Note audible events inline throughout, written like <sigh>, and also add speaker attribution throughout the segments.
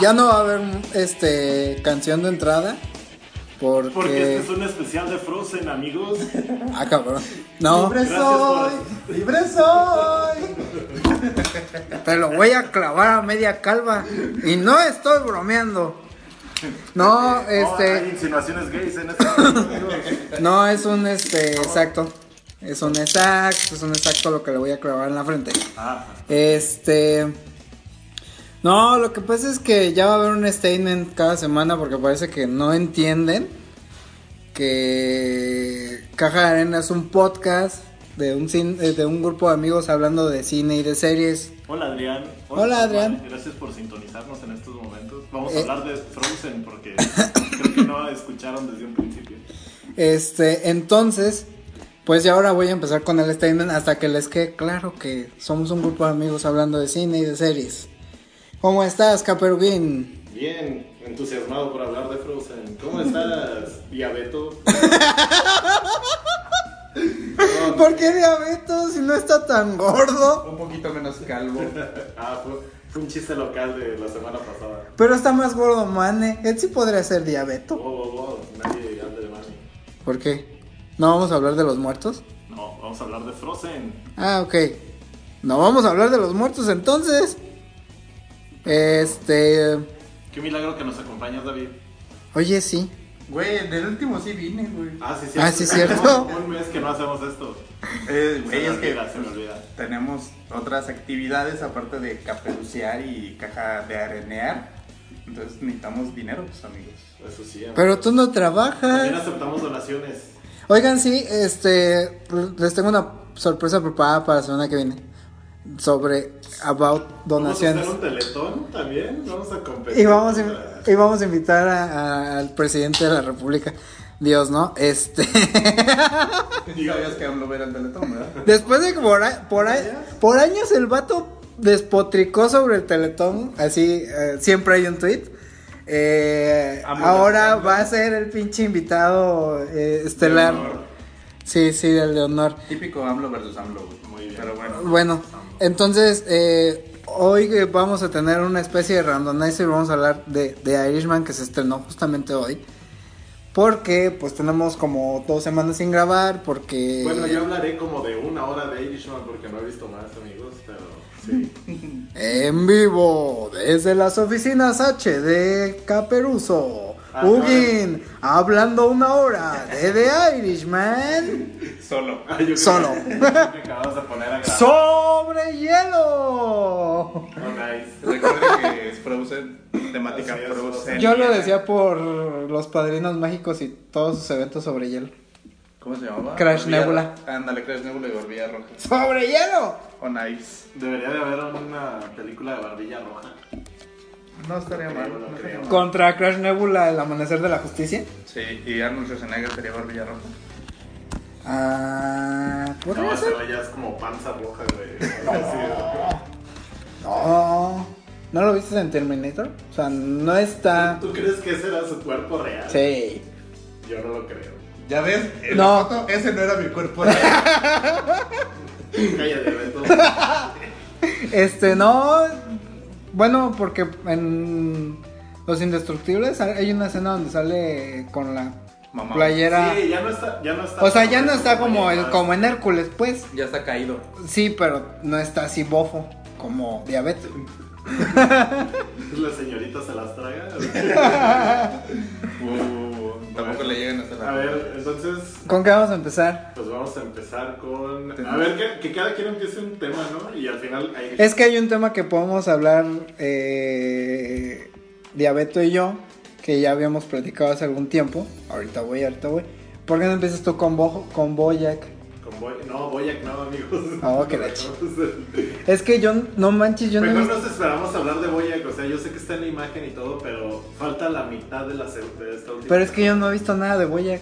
Speaker 1: Ya no va a haber este canción de entrada. Porque.
Speaker 2: Porque este es un especial de Frozen,
Speaker 1: <laughs>
Speaker 2: amigos.
Speaker 1: Ah, cabrón. No.
Speaker 3: Libre
Speaker 2: Gracias
Speaker 3: soy, libre soy.
Speaker 1: <laughs> Te lo voy a clavar a media calva. Y no estoy bromeando. No,
Speaker 2: Oh, hay
Speaker 1: este.
Speaker 2: insinuaciones gays en este amigos.
Speaker 1: No, es un este. Exacto. Es un exacto. Es un exacto lo que le voy a clavar en la frente.
Speaker 2: Ah,
Speaker 1: Este. No, lo que pasa es que ya va a haber un statement cada semana porque parece que no entienden que Caja de Arena es un podcast de un, cin- eh, de un grupo de amigos hablando de cine y de series.
Speaker 2: hola Adrián.
Speaker 1: Hola,
Speaker 2: Juan.
Speaker 1: Adrián.
Speaker 2: Gracias por sintonizarnos en estos momentos. Vamos a
Speaker 1: Eh.
Speaker 2: hablar de Frozen porque creo que no escucharon desde un principio.
Speaker 1: Este, entonces, pues ya ahora voy a empezar con el statement hasta que les quede claro que somos un grupo de amigos hablando de cine y de series. ¿Cómo estás, Caperuguín?
Speaker 4: Bien, entusiasmado por hablar de Frozen. ¿Cómo estás, diabeto? Perdón.
Speaker 1: ¿Por qué diabetes si no está tan gordo?
Speaker 3: Un poquito menos calvo.
Speaker 4: Ah, fue, fue un chiste local de la semana pasada.
Speaker 1: Pero está más gordo, mane. Él sí podría ser diabeto.
Speaker 4: Oh, oh, oh, nadie habla de mami.
Speaker 1: ¿Por qué? ¿No vamos a hablar de los muertos?
Speaker 2: No, vamos a hablar de Frozen.
Speaker 1: Ah, ok. No vamos a hablar de los muertos entonces. Este.
Speaker 2: Qué milagro que nos acompañas, David.
Speaker 1: Oye, sí.
Speaker 3: Güey, en el último sí vine, güey.
Speaker 2: Ah, sí,
Speaker 1: Ah, sí,
Speaker 4: <laughs>
Speaker 1: cierto.
Speaker 2: un mes que no hacemos esto.
Speaker 3: Eh,
Speaker 2: Se
Speaker 3: güey,
Speaker 2: me
Speaker 3: es que
Speaker 2: olvida, se me olvida.
Speaker 3: tenemos otras actividades aparte de caperuciar y caja de arenear. Entonces necesitamos dinero, pues amigos.
Speaker 4: Eso sí. amigo.
Speaker 1: Pero ah, tú no
Speaker 4: También
Speaker 1: trabajas.
Speaker 4: aceptamos donaciones.
Speaker 1: Oigan, sí, este. Les tengo una sorpresa preparada para la semana que viene. Sobre About Donaciones.
Speaker 4: Vamos a hacer un teletón también. Vamos a competir.
Speaker 1: Y vamos,
Speaker 4: contra- <laughs>
Speaker 1: a, y vamos a invitar a- a- al presidente de la República. Dios, ¿no? Este.
Speaker 3: Y sabías que aún lo ver el teletón, <laughs> ¿verdad?
Speaker 1: Después de que por, a- por, a- por años el vato despotricó sobre el Teletón, así eh, siempre hay un tweet. Eh,
Speaker 3: Amo
Speaker 1: ahora
Speaker 3: la Sandra.
Speaker 1: va a ser el pinche invitado eh, estelar.
Speaker 4: De honor.
Speaker 1: Sí, sí, el de honor.
Speaker 3: Típico AMLO versus AMLO, güey.
Speaker 2: Muy bien.
Speaker 3: Pero bueno.
Speaker 1: Bueno, entonces eh, hoy eh, vamos a tener una especie de randomizer. Vamos a hablar de, de Irishman que se estrenó justamente hoy. Porque pues tenemos como dos semanas sin grabar. Porque...
Speaker 4: Bueno, yo hablaré como de una hora de Irishman porque no he visto más, amigos. Pero <laughs> sí.
Speaker 1: En vivo, desde las oficinas H de Caperuso.
Speaker 4: Ah,
Speaker 1: Ugin, hablando una hora de The Irishman.
Speaker 3: Solo.
Speaker 4: Ah, yo creo-
Speaker 1: Solo.
Speaker 4: Me acabas de poner a grabar.
Speaker 1: ¡Sobre hielo!
Speaker 4: Oh, nice.
Speaker 3: <laughs> Recuerden que es Frozen, temática
Speaker 4: Así es,
Speaker 3: Frozen.
Speaker 1: Yo lo decía por los padrinos mágicos y todos sus eventos sobre hielo.
Speaker 3: ¿Cómo se llamaba?
Speaker 1: Crash
Speaker 3: Barbilla-
Speaker 1: Nebula.
Speaker 3: Ándale, Crash Nebula y Barbilla Roja.
Speaker 1: ¡Sobre hielo!
Speaker 3: O Nice.
Speaker 4: Debería de haber una película de barbilla roja.
Speaker 3: No estaría
Speaker 4: No creo,
Speaker 3: mal.
Speaker 4: no
Speaker 3: no
Speaker 4: creo.
Speaker 3: estaría mal.
Speaker 1: Contra Crash Nebula, el amanecer de la justicia.
Speaker 3: Sí, y Arnold Schwarzenegger sería Barbilla Roja.
Speaker 1: Ah,
Speaker 4: No,
Speaker 1: ¿podría
Speaker 4: ese
Speaker 1: ser?
Speaker 4: güey ya es como panza roja, güey. <laughs> Así,
Speaker 1: No. ¿No lo viste en Terminator? O sea, no está.
Speaker 4: ¿Tú crees que ese era su cuerpo real?
Speaker 1: Sí.
Speaker 4: Yo no lo creo.
Speaker 3: Ya ves, en
Speaker 1: No.
Speaker 3: la foto, ese no era mi cuerpo. <laughs> real.
Speaker 1: <laughs>
Speaker 4: Cállate, Beto.
Speaker 1: Este, no. Bueno, porque en Los Indestructibles hay una escena donde sale con la
Speaker 3: Mamá.
Speaker 1: playera.
Speaker 4: Sí, ya no está, ya no está.
Speaker 1: o sea, ya no está como, el,
Speaker 4: Ah,
Speaker 1: como en Hércules, pues.
Speaker 3: ya está caído.
Speaker 1: Sí, pero no está así bofo, como diabetes. <laughs>
Speaker 4: La señorita se las traga.
Speaker 1: <laughs>
Speaker 3: Uh, tampoco le llegan hasta la.
Speaker 4: A ver, entonces,
Speaker 1: ¿Con qué vamos a empezar?
Speaker 4: pues vamos a empezar con. A ver, que, que cada quien empiece un tema, ¿no? Y al final ahí.
Speaker 1: Es que hay un tema que podemos hablar, eh, Diabeto y yo, que ya habíamos platicado hace algún tiempo. Ahorita voy, ahorita voy. ¿Por qué no empiezas tú con, Bo- con Boyac?
Speaker 4: Con Boy- No, Boyac no, amigos.
Speaker 1: Ah, qué
Speaker 4: <laughs>
Speaker 1: la ch- Es que yo, no manches, yo no...
Speaker 4: Mejor nos esperamos a hablar de Boyac. O sea, yo sé que está en la imagen y todo, pero falta la mitad de, la, se- de esta última.
Speaker 1: Pero es que yo no he visto nada de Boyac.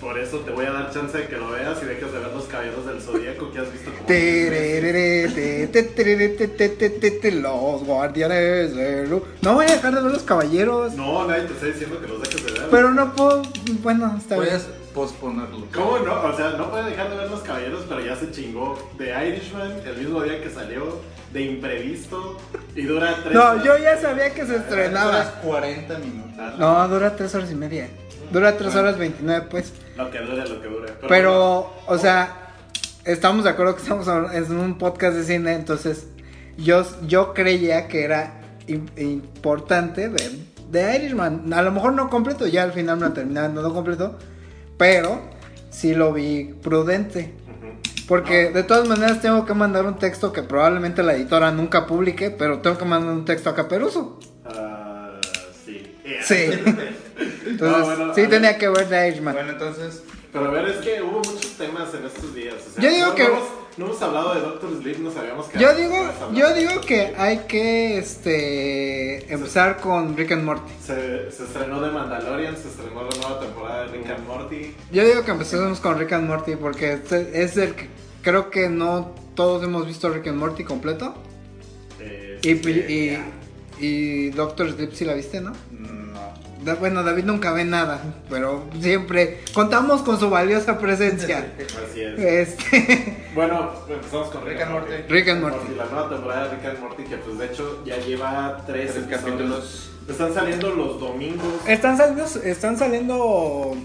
Speaker 4: Por eso te voy a dar chance de que lo veas y dejes de ver los caballeros del zodíaco que has visto como.
Speaker 1: Tererere, te, te, tererere, te, te, te, te, te, Los guardianes de luz. No voy a dejar de ver los caballeros.
Speaker 4: No, nadie te está diciendo que los dejes de ver.
Speaker 1: Pero no puedo. Bueno, está bien.
Speaker 3: Puedes posponerlo.
Speaker 4: ¿Cómo no? O sea, no puede dejar de ver Los Caballeros, pero ya se chingó de Irishman el mismo día que salió, de imprevisto, y dura tres
Speaker 1: No,
Speaker 4: horas.
Speaker 1: yo ya sabía que se
Speaker 3: Horas
Speaker 1: estrenaba.
Speaker 3: 40 minutos.
Speaker 1: No, dura tres horas y media. Dura tres horas 29, pues.
Speaker 4: Lo que dura, lo que dura.
Speaker 1: Pero, o sea, estamos de acuerdo que estamos en un podcast de cine, entonces yo, yo creía que era im- importante ver The Irishman. A lo mejor no completo, ya al final me lo terminaba no completo, pero sí lo vi prudente.
Speaker 4: Ujú.
Speaker 1: Porque de todas maneras tengo que mandar un texto que probablemente la editora nunca publique, pero tengo que mandar un texto a Caperuso.
Speaker 4: Ah, sí. Eh,
Speaker 1: <laughs> Sí. Entonces,
Speaker 4: No, bueno, a
Speaker 1: sí
Speaker 4: ver.
Speaker 1: tenía que ver The Irishman.
Speaker 3: Bueno, entonces,
Speaker 4: Pero a ver, es que hubo muchos temas en estos días. o sea,
Speaker 1: Yo digo
Speaker 4: no,
Speaker 1: que-
Speaker 4: No hemos, no hemos hablado de Doctor Sleep, nos habíamos quedado.
Speaker 1: Yo digo, yo digo que hay que este empezar con Rick and Morty.
Speaker 4: Se, se estrenó The Mandalorian, se estrenó la nueva temporada de Rick
Speaker 1: Mm.
Speaker 4: and Morty.
Speaker 1: Yo digo que empecemos con Rick and Morty porque este es el que creo que no todos hemos visto Rick and Morty completo.
Speaker 4: eh,
Speaker 1: Y,
Speaker 4: sí,
Speaker 1: pues, y,
Speaker 4: ya.
Speaker 1: y Doctor Sleep sí la viste, ¿no?
Speaker 3: no.
Speaker 1: Da- bueno, David nunca ve nada, pero siempre contamos con su valiosa
Speaker 4: <laughs>
Speaker 1: presencia.
Speaker 4: Así es.
Speaker 1: Este, <laughs>
Speaker 4: Bueno, empezamos con Rick and Morty.
Speaker 1: Rick and Morty.
Speaker 4: La nueva temporada de Rick and Morty, que pues de hecho ya lleva tres,
Speaker 3: Tres
Speaker 4: episodios.
Speaker 3: capítulos.
Speaker 4: Están saliendo los domingos.
Speaker 1: están saliendo, están saliendo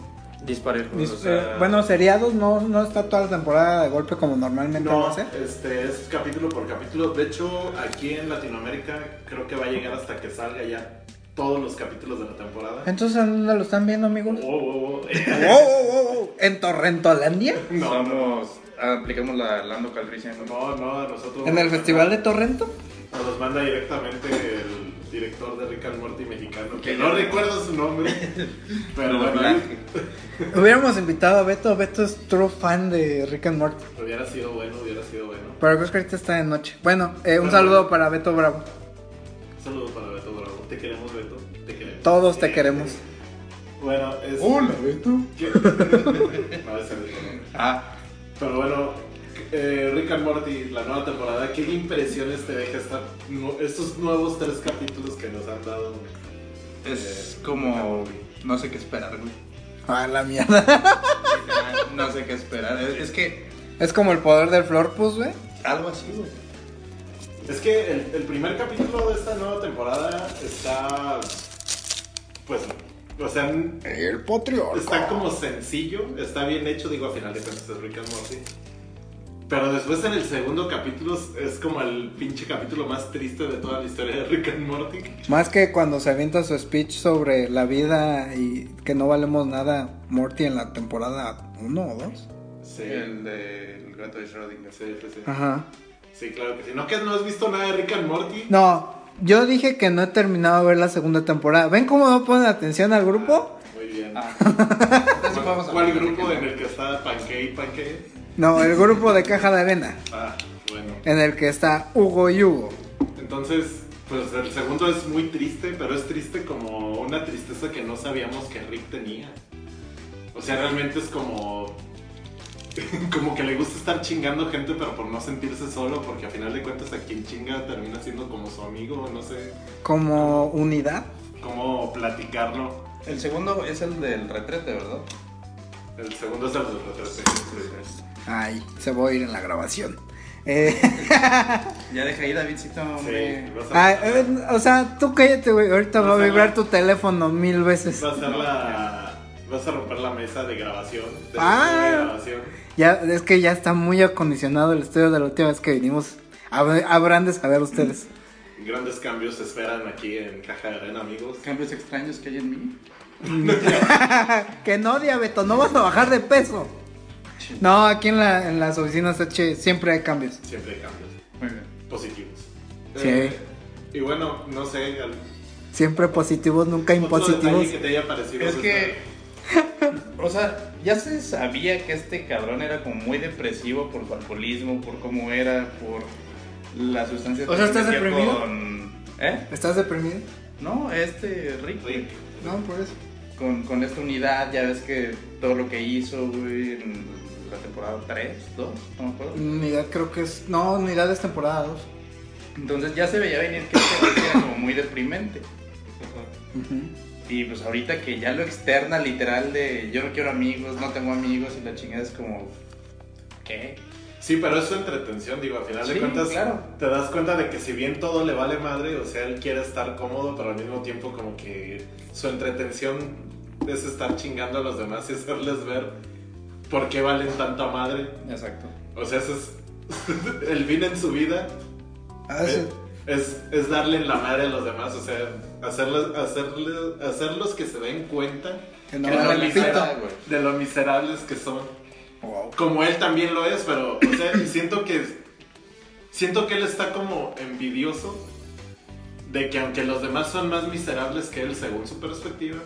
Speaker 3: Disparejos.
Speaker 1: dis- eh, bueno, seriados, no, no está toda la temporada de golpe como normalmente
Speaker 4: No,
Speaker 1: lo hace.
Speaker 4: este es capítulo por capítulo. De hecho, aquí en Latinoamérica creo que va a llegar hasta que salga ya todos los capítulos de la temporada.
Speaker 1: Entonces, ¿a dónde lo están viendo, amigos?
Speaker 4: Oh, oh, oh, eh.
Speaker 1: Oh, oh, oh, oh. ¿En Torrentolandia?
Speaker 4: <laughs> No, no,
Speaker 3: Somos, aplicamos la Lando Calrissian.
Speaker 4: no, no, a nosotros.
Speaker 1: ¿En el festival de Torrento?
Speaker 4: Nos los manda directamente el director de Rick and Morty mexicano, que no recuerdo su nombre, <laughs> pero bueno, ahí
Speaker 1: Hubiéramos invitado a Beto. Beto es true fan de Rick and Morty.
Speaker 4: hubiera sido bueno, hubiera sido bueno.
Speaker 1: Pero creo que ahorita está de noche. Bueno, eh, un
Speaker 4: Pero-
Speaker 1: saludo para Beto Bravo.
Speaker 4: Saludos para Beto Bravo. Te queremos, Beto. Te queremos. Eh,
Speaker 1: Todos te queremos.
Speaker 4: Bueno, es.
Speaker 1: Oh,
Speaker 3: Beto.
Speaker 4: ¿Qué? <laughs> No, ese es Beto, no.
Speaker 3: Ah,
Speaker 4: Pero bueno, eh, Rick and Morty, la nueva temporada, ¿qué impresiones te deja esta- nu- estos nuevos tres capítulos que nos han dado?
Speaker 3: es como. No sé qué esperar, güey.
Speaker 1: Ah, la mierda.
Speaker 3: No sé qué esperar. Es, es que.
Speaker 1: Es como el poder del Florpus, güey.
Speaker 3: Algo así, güey.
Speaker 4: Es que el, el primer capítulo de esta nueva temporada está. Pues, o sea, n-
Speaker 1: El potrio.
Speaker 4: está como sencillo, está bien hecho, digo, a final de cuentas es Rick and Morty. Pero después en el segundo capítulo es como el pinche capítulo más triste de toda la historia de Rick and Morty.
Speaker 1: Más que cuando se avienta su speech sobre la vida y que no valemos nada, Morty en la temporada 1 o 2.
Speaker 4: Sí,
Speaker 3: El del gato de Schrödinger.
Speaker 4: sí, sí, sí.
Speaker 1: Ajá.
Speaker 4: Sí, claro que sí. No que no has visto nada de Rick and Morty.
Speaker 1: No, yo dije que no he terminado de ver la segunda temporada. ¿Ven cómo no ponen atención al grupo?
Speaker 4: Muy bien.
Speaker 1: <laughs>
Speaker 3: Ah.
Speaker 4: ¿Cuál, cuál grupo en el que está Pancake Pancake?
Speaker 1: No, el grupo de Caja de Arena,
Speaker 4: Ah, bueno.
Speaker 1: en el que está Hugo y Hugo.
Speaker 4: Entonces, pues el segundo es muy triste, pero es triste como una tristeza que no sabíamos que Rick tenía. O sea, realmente es como. <laughs> Como que le gusta estar chingando gente, pero por no sentirse solo, porque a final de cuentas a quien chinga termina siendo como su amigo, no sé
Speaker 1: Como unidad.
Speaker 4: cómo platicarlo.
Speaker 3: El segundo es el del retrete, ¿verdad?
Speaker 4: El segundo es el de retroceder.
Speaker 1: Ay, se va a ir en la grabación. Eh,
Speaker 3: Ya deja ahí Davidcito, hombre.
Speaker 4: Sí, vas a-
Speaker 1: ay, eh, o sea, tú cállate, güey. Ahorita va a
Speaker 4: Vas a
Speaker 1: vibrar
Speaker 4: ver.
Speaker 1: tu teléfono mil veces.
Speaker 4: Vas a, hacer la- vas a romper la mesa de grabación. de
Speaker 1: Ah.
Speaker 4: la grabación.
Speaker 1: Ya, es que ya está muy acondicionado el estudio de la última vez que vinimos. Hab- Habrán de saber ustedes.
Speaker 4: Grandes cambios se esperan aquí en Caja de Arena, amigos.
Speaker 3: Cambios extraños que hay en mí.
Speaker 1: que no, diabeto, no vas a bajar de peso. No, aquí en, la- en las oficinas H siempre hay cambios.
Speaker 4: Siempre hay cambios
Speaker 3: Muy bien.
Speaker 4: positivos. Eh,
Speaker 1: Sí.
Speaker 4: y bueno, no sé. al-
Speaker 1: Siempre positivos, nunca
Speaker 4: otro
Speaker 1: impositivos.
Speaker 4: detalle que te haya parecido.
Speaker 3: Es
Speaker 4: pues,
Speaker 3: que, o sea, ya se sabía que este cabrón era como muy depresivo por su alcoholismo, por cómo era, por la sustancia
Speaker 1: O sea, ¿estás deprimido?
Speaker 3: Con, ¿Eh?
Speaker 1: ¿Estás deprimido?
Speaker 3: No, este Rick,
Speaker 4: Rick,
Speaker 1: No, por eso.
Speaker 3: Con, con esta unidad, ya ves que todo lo que hizo, güey, en la temporada 3, 2, no me acuerdo.
Speaker 1: Unidad creo que es. No, unidad es temporada 2.
Speaker 3: Entonces ya se veía venir que este güey era como muy deprimente. Y pues ahorita que ya lo externa literal de yo no quiero amigos, no tengo amigos y la chingada es como, ¿qué?
Speaker 4: Sí, pero es su entretención, digo, a final de
Speaker 3: Sí,
Speaker 4: cuentas
Speaker 3: claro.
Speaker 4: te das cuenta de que si bien todo le vale madre, o sea, él quiere estar cómodo, pero al mismo tiempo como que su entretención es estar chingando a los demás y hacerles ver por qué valen tanta madre.
Speaker 3: Exacto.
Speaker 4: O sea, ese es <laughs> el fin en su vida.
Speaker 1: Ah,
Speaker 4: eh,
Speaker 1: sí.
Speaker 4: Es, es darle la madre a los demás, o sea, hacerles, hacerles, hacerlos que se den cuenta
Speaker 1: Que no
Speaker 4: que
Speaker 1: me
Speaker 4: no
Speaker 1: la
Speaker 4: le
Speaker 1: repito.
Speaker 4: hiciera. de lo miserables que son.
Speaker 1: Wow.
Speaker 4: Como él también lo es, pero o sea, y siento que siento que él está como envidioso de que aunque los demás son más miserables que él según su perspectiva,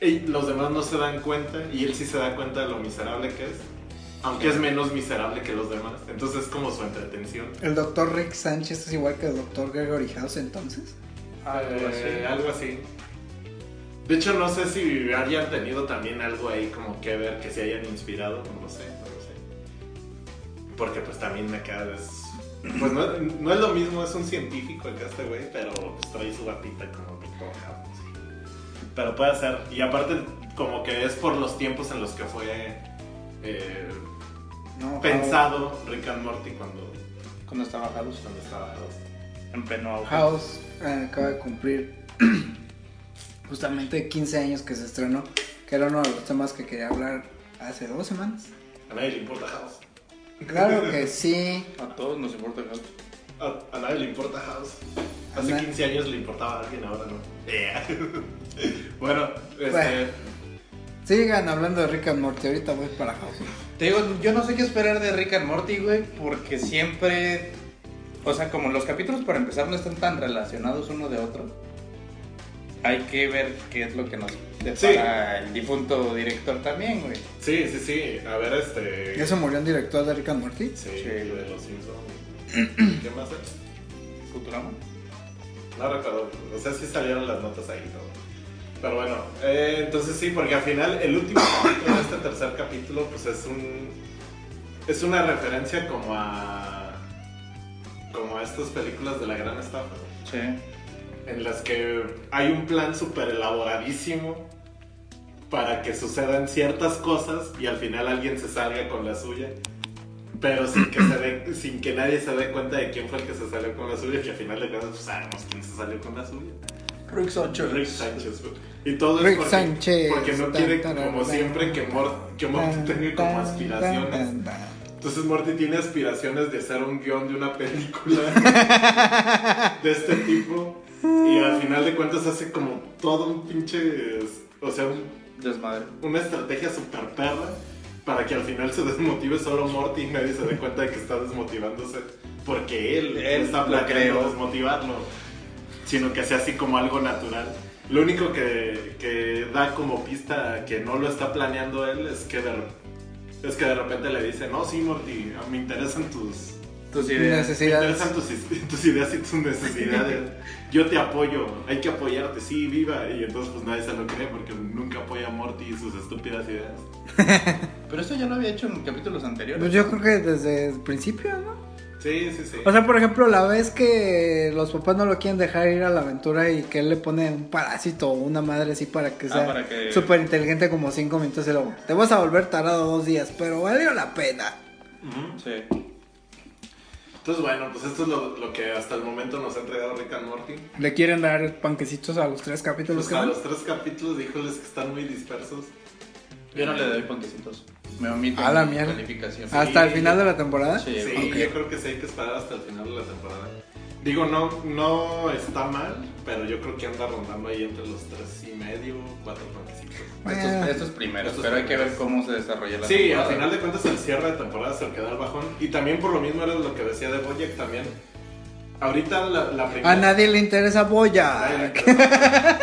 Speaker 4: y los demás no se dan cuenta y él sí se da cuenta de lo miserable que es, aunque es menos miserable que los demás. Entonces es como su entretención.
Speaker 1: El doctor Rick Sánchez es igual que el doctor Gregory House entonces.
Speaker 3: Algo así.
Speaker 4: Eh, algo así. De hecho, no sé si hayan tenido también algo ahí como que ver, que se hayan inspirado, no lo sé, no lo sé. Porque pues también me queda des- Pues no, no es lo mismo, es un científico acá este güey, pero pues trae su batita como que toja, sí. Pero puede ser. Y aparte, como que es por los tiempos en los que fue eh,
Speaker 1: No,
Speaker 4: pensado Rick and Morty cuando,
Speaker 3: Cuando estaba House,
Speaker 4: cuando estaba...
Speaker 3: empenó.
Speaker 1: House, House, eh, acaba de cumplir <clears throat> justamente 15 años que se estrenó, que era uno de los temas que quería hablar hace dos semanas.
Speaker 4: A nadie le importa House.
Speaker 1: Claro que sí.
Speaker 3: A todos nos importa House.
Speaker 4: A, a nadie le importa House. Hace
Speaker 1: Ana-
Speaker 4: 15 años le importaba a alguien, ahora no. <laughs> Yeah. bueno, este,
Speaker 1: Bueno. Sigan hablando de Rick and Morty, ahorita voy para House.
Speaker 3: Te digo, yo no sé qué esperar de Rick and Morty, güey, porque siempre. O sea, como los capítulos para empezar no están tan relacionados uno de otro, hay que ver qué es lo que nos depara el difunto director también, güey.
Speaker 4: sí, sí, sí. A ver, este.
Speaker 1: ¿Ya se murió un director de Rick and Morty?
Speaker 4: Sí,
Speaker 3: Sí.
Speaker 4: de los Simpsons. ¿Qué más? es?
Speaker 3: Futurama.
Speaker 4: No recuerdo. O sea, sí salieron las notas ahí y todo. Pero bueno, eh, entonces sí, porque al final el último capítulo de este tercer capítulo, pues es un. Es una referencia como a. Como a estas películas de la gran estafa.
Speaker 3: Sí.
Speaker 4: en las que hay un plan súper elaboradísimo para que sucedan ciertas cosas y al final alguien se salga con la suya, pero sin que,
Speaker 1: <clears throat>
Speaker 4: se dé- sin que nadie se dé cuenta de quién fue el que se salió con la suya, que al final de cuentas pues, sabemos quién se salió con la suya.
Speaker 3: Rick Sanchez.
Speaker 4: Rick Sánchez. güey. Y todo es
Speaker 1: Rick
Speaker 4: porque,
Speaker 1: Sánchez.
Speaker 4: porque no quiere,
Speaker 1: Tan, tan,
Speaker 4: como
Speaker 1: tan,
Speaker 4: siempre, que, Mor- que Morty tenga como
Speaker 1: Tan,
Speaker 4: aspiraciones.
Speaker 1: tan, tan, tan.
Speaker 4: Entonces Morty tiene aspiraciones de ser un guión de una película de este tipo. Y al final de cuentas hace como todo un pinche. es- O sea, un-
Speaker 3: Desmadre.
Speaker 4: una estrategia super perra para que al final se desmotive solo Morty y nadie se dé cuenta de que está desmotivándose. Porque él,
Speaker 3: Él
Speaker 4: está
Speaker 3: lo
Speaker 4: planeando
Speaker 3: creó.
Speaker 4: desmotivarlo. Sino que sea así como algo natural. Lo único que, que da como pista a que no lo está planeando él es que de, es que de repente le dice, no, sí, Morty, me interesan tus,
Speaker 3: Tus
Speaker 4: eh,
Speaker 3: ideas.
Speaker 4: me
Speaker 1: Necesidades.
Speaker 4: interesan tus, is- tus ideas y <laughs> tus necesidades. Yo te apoyo, hay que apoyarte, sí, viva. Y entonces pues nadie se lo cree porque nunca apoya a Morty y sus estúpidas ideas.
Speaker 3: Pero eso ya lo había hecho en capítulos anteriores.
Speaker 1: Pues yo creo que desde el principio,
Speaker 4: Eh.
Speaker 1: ¿no?
Speaker 4: Sí, sí, sí.
Speaker 1: O sea, por ejemplo, la vez que los papás no lo quieren dejar ir a la aventura y que él le pone un parásito o una madre así para que
Speaker 3: Ah,
Speaker 1: sea
Speaker 3: para que-
Speaker 1: súper inteligente como cinco minutos y luego te vas a volver tarado dos días, pero valió la pena.
Speaker 4: Ujú.
Speaker 3: Sí.
Speaker 4: Entonces bueno, pues esto es lo, lo que hasta el momento nos ha entregado Rick and Morty.
Speaker 1: Le quieren dar panquecitos a los tres capítulos
Speaker 4: Pues a los tres capítulos, híjoles que están muy dispersos.
Speaker 3: Yo no le doy ponquecitos. Me omito
Speaker 1: A la
Speaker 3: mi
Speaker 1: mierda.
Speaker 3: calificación.
Speaker 1: Hasta
Speaker 4: Sí.
Speaker 1: el final de la temporada.
Speaker 3: Sí,
Speaker 4: Sí,
Speaker 3: güey.
Speaker 1: ok.
Speaker 4: yo creo que sí hay que esperar hasta el final de la temporada. Digo, no, no está mal, pero yo creo que anda rondando ahí entre los tres y medio, cuatro panquecitos.
Speaker 1: Eh.
Speaker 3: Estos, estos primeros,
Speaker 4: Estos
Speaker 3: pero hay que ver
Speaker 4: primeros.
Speaker 3: cómo se desarrolla la
Speaker 4: Sí, al
Speaker 3: temporada.
Speaker 4: final de cuentas el cierre de temporada se quedó el bajón. Y también por lo mismo era lo que decía de Boyack también. Ahorita la, la primera...
Speaker 1: A nadie le interesa
Speaker 4: Ay,
Speaker 1: Boya.
Speaker 4: la cosa.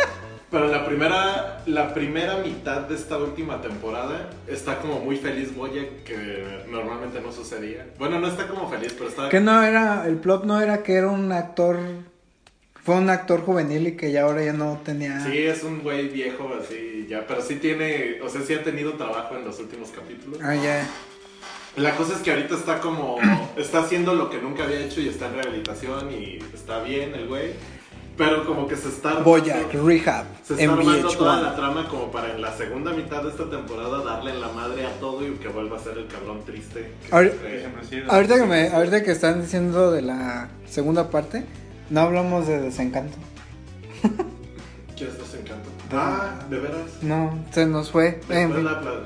Speaker 4: Pero la primera, la primera mitad de esta última temporada está como muy feliz Boyack, que normalmente no sucedía. Bueno, no está como feliz, pero está...
Speaker 1: Que no era, el plot no era que era un actor, fue un actor juvenil y que ya ahora ya no tenía...
Speaker 4: Sí, es un güey viejo así ya, pero sí tiene, o sea, sí ha tenido trabajo en los últimos capítulos.
Speaker 1: Ah, ya.
Speaker 4: La cosa es que ahorita está como, está haciendo lo que nunca había hecho y está en rehabilitación y está bien el güey. Pero como que se está armando-
Speaker 1: Boyac Rehab
Speaker 4: se está
Speaker 1: en
Speaker 4: armando toda la
Speaker 1: VH1.
Speaker 4: trama como para en la segunda mitad de esta temporada darle en la madre a todo y que vuelva a ser el cabrón triste. que
Speaker 1: Ahora-
Speaker 4: siempre es.
Speaker 3: Siempre ha sido.
Speaker 1: Ahorita que, me, ahorita que están diciendo de la segunda parte, no hablamos de desencanto.
Speaker 4: ¿Quieres nos encanta? Ah, de veras.
Speaker 1: No, se nos fue. En
Speaker 4: Después
Speaker 1: fin.
Speaker 4: la, pla- la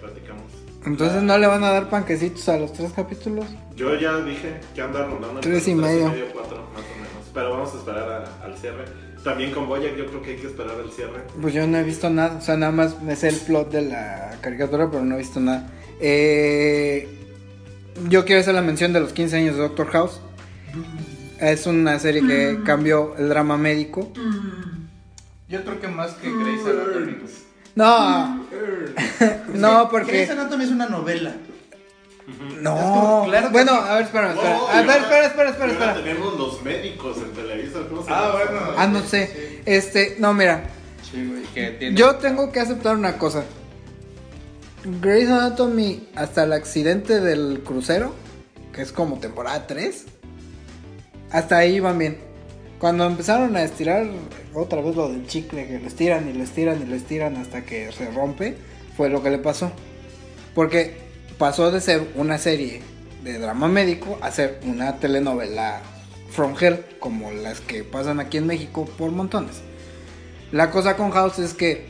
Speaker 4: platicamos.
Speaker 1: Entonces no le van a dar panquecitos a los tres capítulos.
Speaker 4: Yo ya dije que anda rondando entre
Speaker 1: Tres y
Speaker 4: los
Speaker 1: medio.
Speaker 4: cuatro, más o menos. Pero vamos a esperar a- al cierre. También con Boyac yo creo que hay que esperar al cierre.
Speaker 1: Pues yo no he visto nada. O sea, nada más me sé el plot de la caricatura, pero no he visto nada. Eh, yo quiero hacer la mención de los 15 años de Doctor House. Es una serie que
Speaker 3: Mm.
Speaker 1: cambió el drama médico.
Speaker 3: Yo creo que más que Grey's Anatomy. güey.
Speaker 1: No, no, porque...
Speaker 3: Grey's Anatomy es una novela. Es
Speaker 1: No.
Speaker 3: como, claro que
Speaker 1: bueno,
Speaker 3: sí.
Speaker 1: a ver, espera, espera.
Speaker 4: Oh,
Speaker 1: a ver,
Speaker 4: y ahora-
Speaker 1: espera, espera, espera,
Speaker 4: y ahora
Speaker 1: espera.
Speaker 4: Tenemos los médicos en Televisa. ¿cómo se
Speaker 3: Ah,
Speaker 4: llama?
Speaker 3: bueno.
Speaker 1: Ah, no sé.
Speaker 3: Sí.
Speaker 1: Este, no, mira.
Speaker 3: Sí, güey, que tiene-
Speaker 1: Yo tengo que aceptar una cosa. Grey's Anatomy, hasta el accidente del crucero, que es como temporada 3, hasta ahí iban bien. Cuando empezaron a estirar otra vez lo del chicle, que lo estiran y lo estiran y lo estiran hasta que se rompe, fue lo que le pasó. Porque pasó de ser una serie de drama médico a ser una telenovela from hell, como las que pasan aquí en México por montones. La cosa con House es que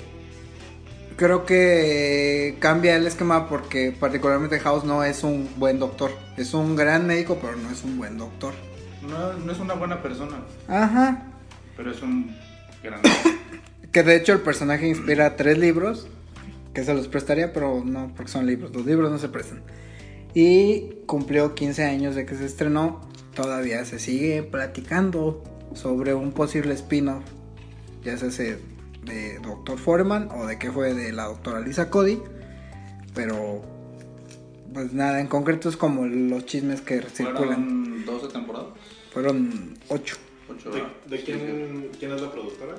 Speaker 1: creo que eh, cambia el esquema porque particularmente House no es un buen doctor. Es un gran médico, pero no es un buen doctor.
Speaker 3: No, no es una buena persona,
Speaker 1: Ajá.
Speaker 3: pero es un
Speaker 1: <laughs>
Speaker 3: gran.
Speaker 1: Que de hecho el personaje inspira tres libros, que se los prestaría, pero no, porque son libros, los libros no se prestan. Y cumplió 15 años de que se estrenó, todavía se sigue platicando sobre un posible spin-off, ya sea ese de Dr. Foreman o de qué fue de la doctora Lisa Cody, pero pues nada, en concreto es como los chismes que circulan.
Speaker 3: Fueron 12 temporadas.
Speaker 1: Fueron ocho.
Speaker 3: 8
Speaker 4: ¿De, de quién, quién es la productora?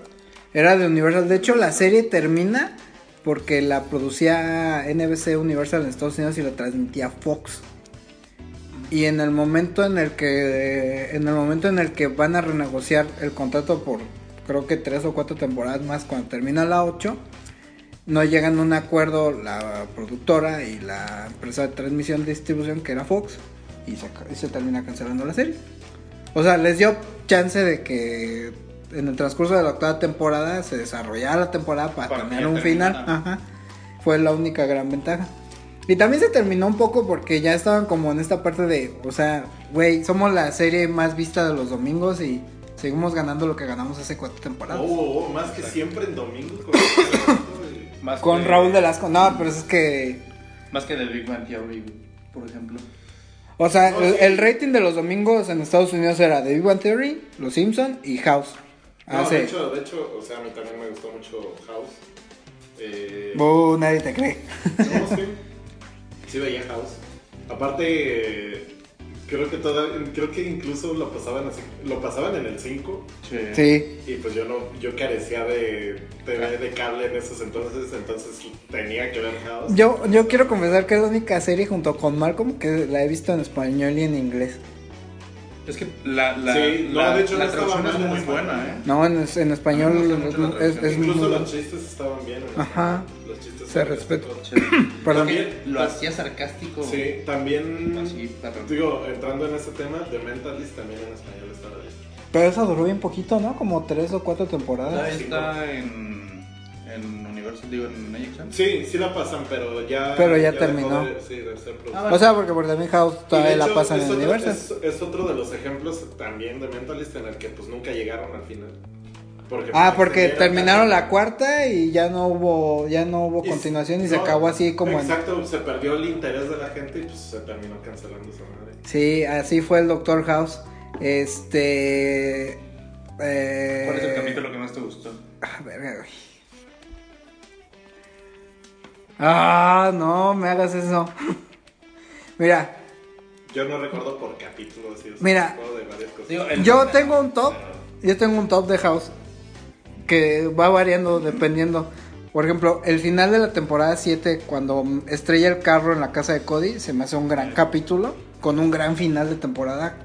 Speaker 1: Era de Universal. De hecho, la serie termina porque la producía NBC Universal en Estados Unidos y la transmitía Fox. Y en el momento en el que en el momento en el que van a renegociar el contrato por creo que tres o cuatro temporadas más cuando termina la 8, no llegan a un acuerdo la productora y la empresa de transmisión y distribución que era Fox y se, ca- y se termina cancelando la serie. O sea, les dio chance de que en el transcurso de la octava temporada se desarrollara la temporada para,
Speaker 3: Para
Speaker 1: tener
Speaker 3: que
Speaker 1: un final.
Speaker 3: terminara.
Speaker 1: Ajá. Fue la única gran ventaja. Y también se terminó un poco porque ya estaban como en esta parte de, o sea, güey, somos la serie más vista de los domingos y seguimos ganando lo que ganamos hace cuatro temporadas.
Speaker 4: Oh, oh, más que siempre en domingo. Con,
Speaker 3: Más
Speaker 1: Con
Speaker 3: que-
Speaker 1: Raúl Velasco, no, pero es que.
Speaker 3: Más que de Big Bang Theory, güey, por ejemplo.
Speaker 1: O sea,
Speaker 4: No,
Speaker 1: el,
Speaker 4: sí.
Speaker 1: el rating de los domingos en Estados Unidos era The Big Bang Theory, Los Simpson y House.
Speaker 4: No,
Speaker 1: <laughs> Ah, sí.
Speaker 4: de, hecho, de hecho, o sea, a mí también me gustó mucho House. Eh,
Speaker 1: Bu, Uh, nadie te cree.
Speaker 4: No, sí. Sí veía House. Aparte, eh, creo que toda, creo que incluso lo pasaban así, lo pasaban en el 5
Speaker 1: Sí.
Speaker 4: y pues yo no, yo carecía de TV de cable en esos entonces, entonces tenía que ver House.
Speaker 1: Yo, yo quiero confesar que es la única serie junto con Malcolm que la he visto en español y en inglés.
Speaker 3: Es que la, la,
Speaker 4: Sí, no,
Speaker 3: la,
Speaker 4: de hecho,
Speaker 3: la
Speaker 4: no estaba
Speaker 3: traducción es
Speaker 4: mal,
Speaker 3: muy
Speaker 4: no estaba
Speaker 3: buena,
Speaker 4: mal.
Speaker 3: ¿eh?
Speaker 1: No, en, en español
Speaker 4: Ah,
Speaker 3: A mí me gusta mucho la
Speaker 1: es, es
Speaker 3: traducción.
Speaker 1: muy
Speaker 4: Incluso
Speaker 1: bueno.
Speaker 4: los chistes estaban bien. ¿no?
Speaker 1: Ajá.
Speaker 4: Los chistes
Speaker 1: Se
Speaker 4: eran
Speaker 1: respeta.
Speaker 4: respetuosos.
Speaker 1: Perdón.
Speaker 4: También-
Speaker 3: Lo hacía sarcástico.
Speaker 4: Sí, también.
Speaker 3: Así, perro.
Speaker 4: Digo, entrando en ese tema, The Mentalist también en español estaba bien.
Speaker 1: Pero esa duró bien poquito, ¿no? Como tres o cuatro temporadas.
Speaker 4: Ah,
Speaker 3: Todavía Ah, está en, en Universal, digo, en Ajax.
Speaker 4: Sí, sí la pasan, pero ya.
Speaker 1: Pero ya
Speaker 4: dejó
Speaker 1: terminó.
Speaker 4: de- sí, de ser producida.
Speaker 3: Ah,
Speaker 1: O sea, porque por también House
Speaker 4: Y de
Speaker 1: todavía la
Speaker 4: hecho,
Speaker 1: pasan
Speaker 4: es
Speaker 1: en
Speaker 4: otro-
Speaker 1: Universal.
Speaker 4: Es, es otro de los ejemplos también de Mentalist en el que pues nunca llegaron al final. Porque,
Speaker 1: Ah,
Speaker 4: pues,
Speaker 1: porque
Speaker 4: extendieron
Speaker 1: terminaron
Speaker 4: tanto.
Speaker 1: la cuarta y ya no hubo, ya no hubo
Speaker 4: Y-
Speaker 1: continuación y se
Speaker 4: no,
Speaker 1: acabó así como en...
Speaker 4: Exacto, se perdió el interés de la gente y pues se terminó cancelando esa madre.
Speaker 1: Sí, así fue el Doctor House. Este... eh,
Speaker 3: ¿Cuál es el capítulo que más te gustó?
Speaker 1: Ah, verga, güey. Ah, no, me hagas eso. <laughs> Mira,
Speaker 4: Yo no recuerdo por capítulo, así es.
Speaker 1: Mira.
Speaker 4: me acuerdo de varias cosas.
Speaker 3: Digo, el-
Speaker 1: yo tengo un top, yo tengo un top de House que va variando dependiendo. Por ejemplo, el final de la temporada 7, cuando estrella el carro en la casa de Cody, se me hace un gran capítulo, con un gran final de temporada.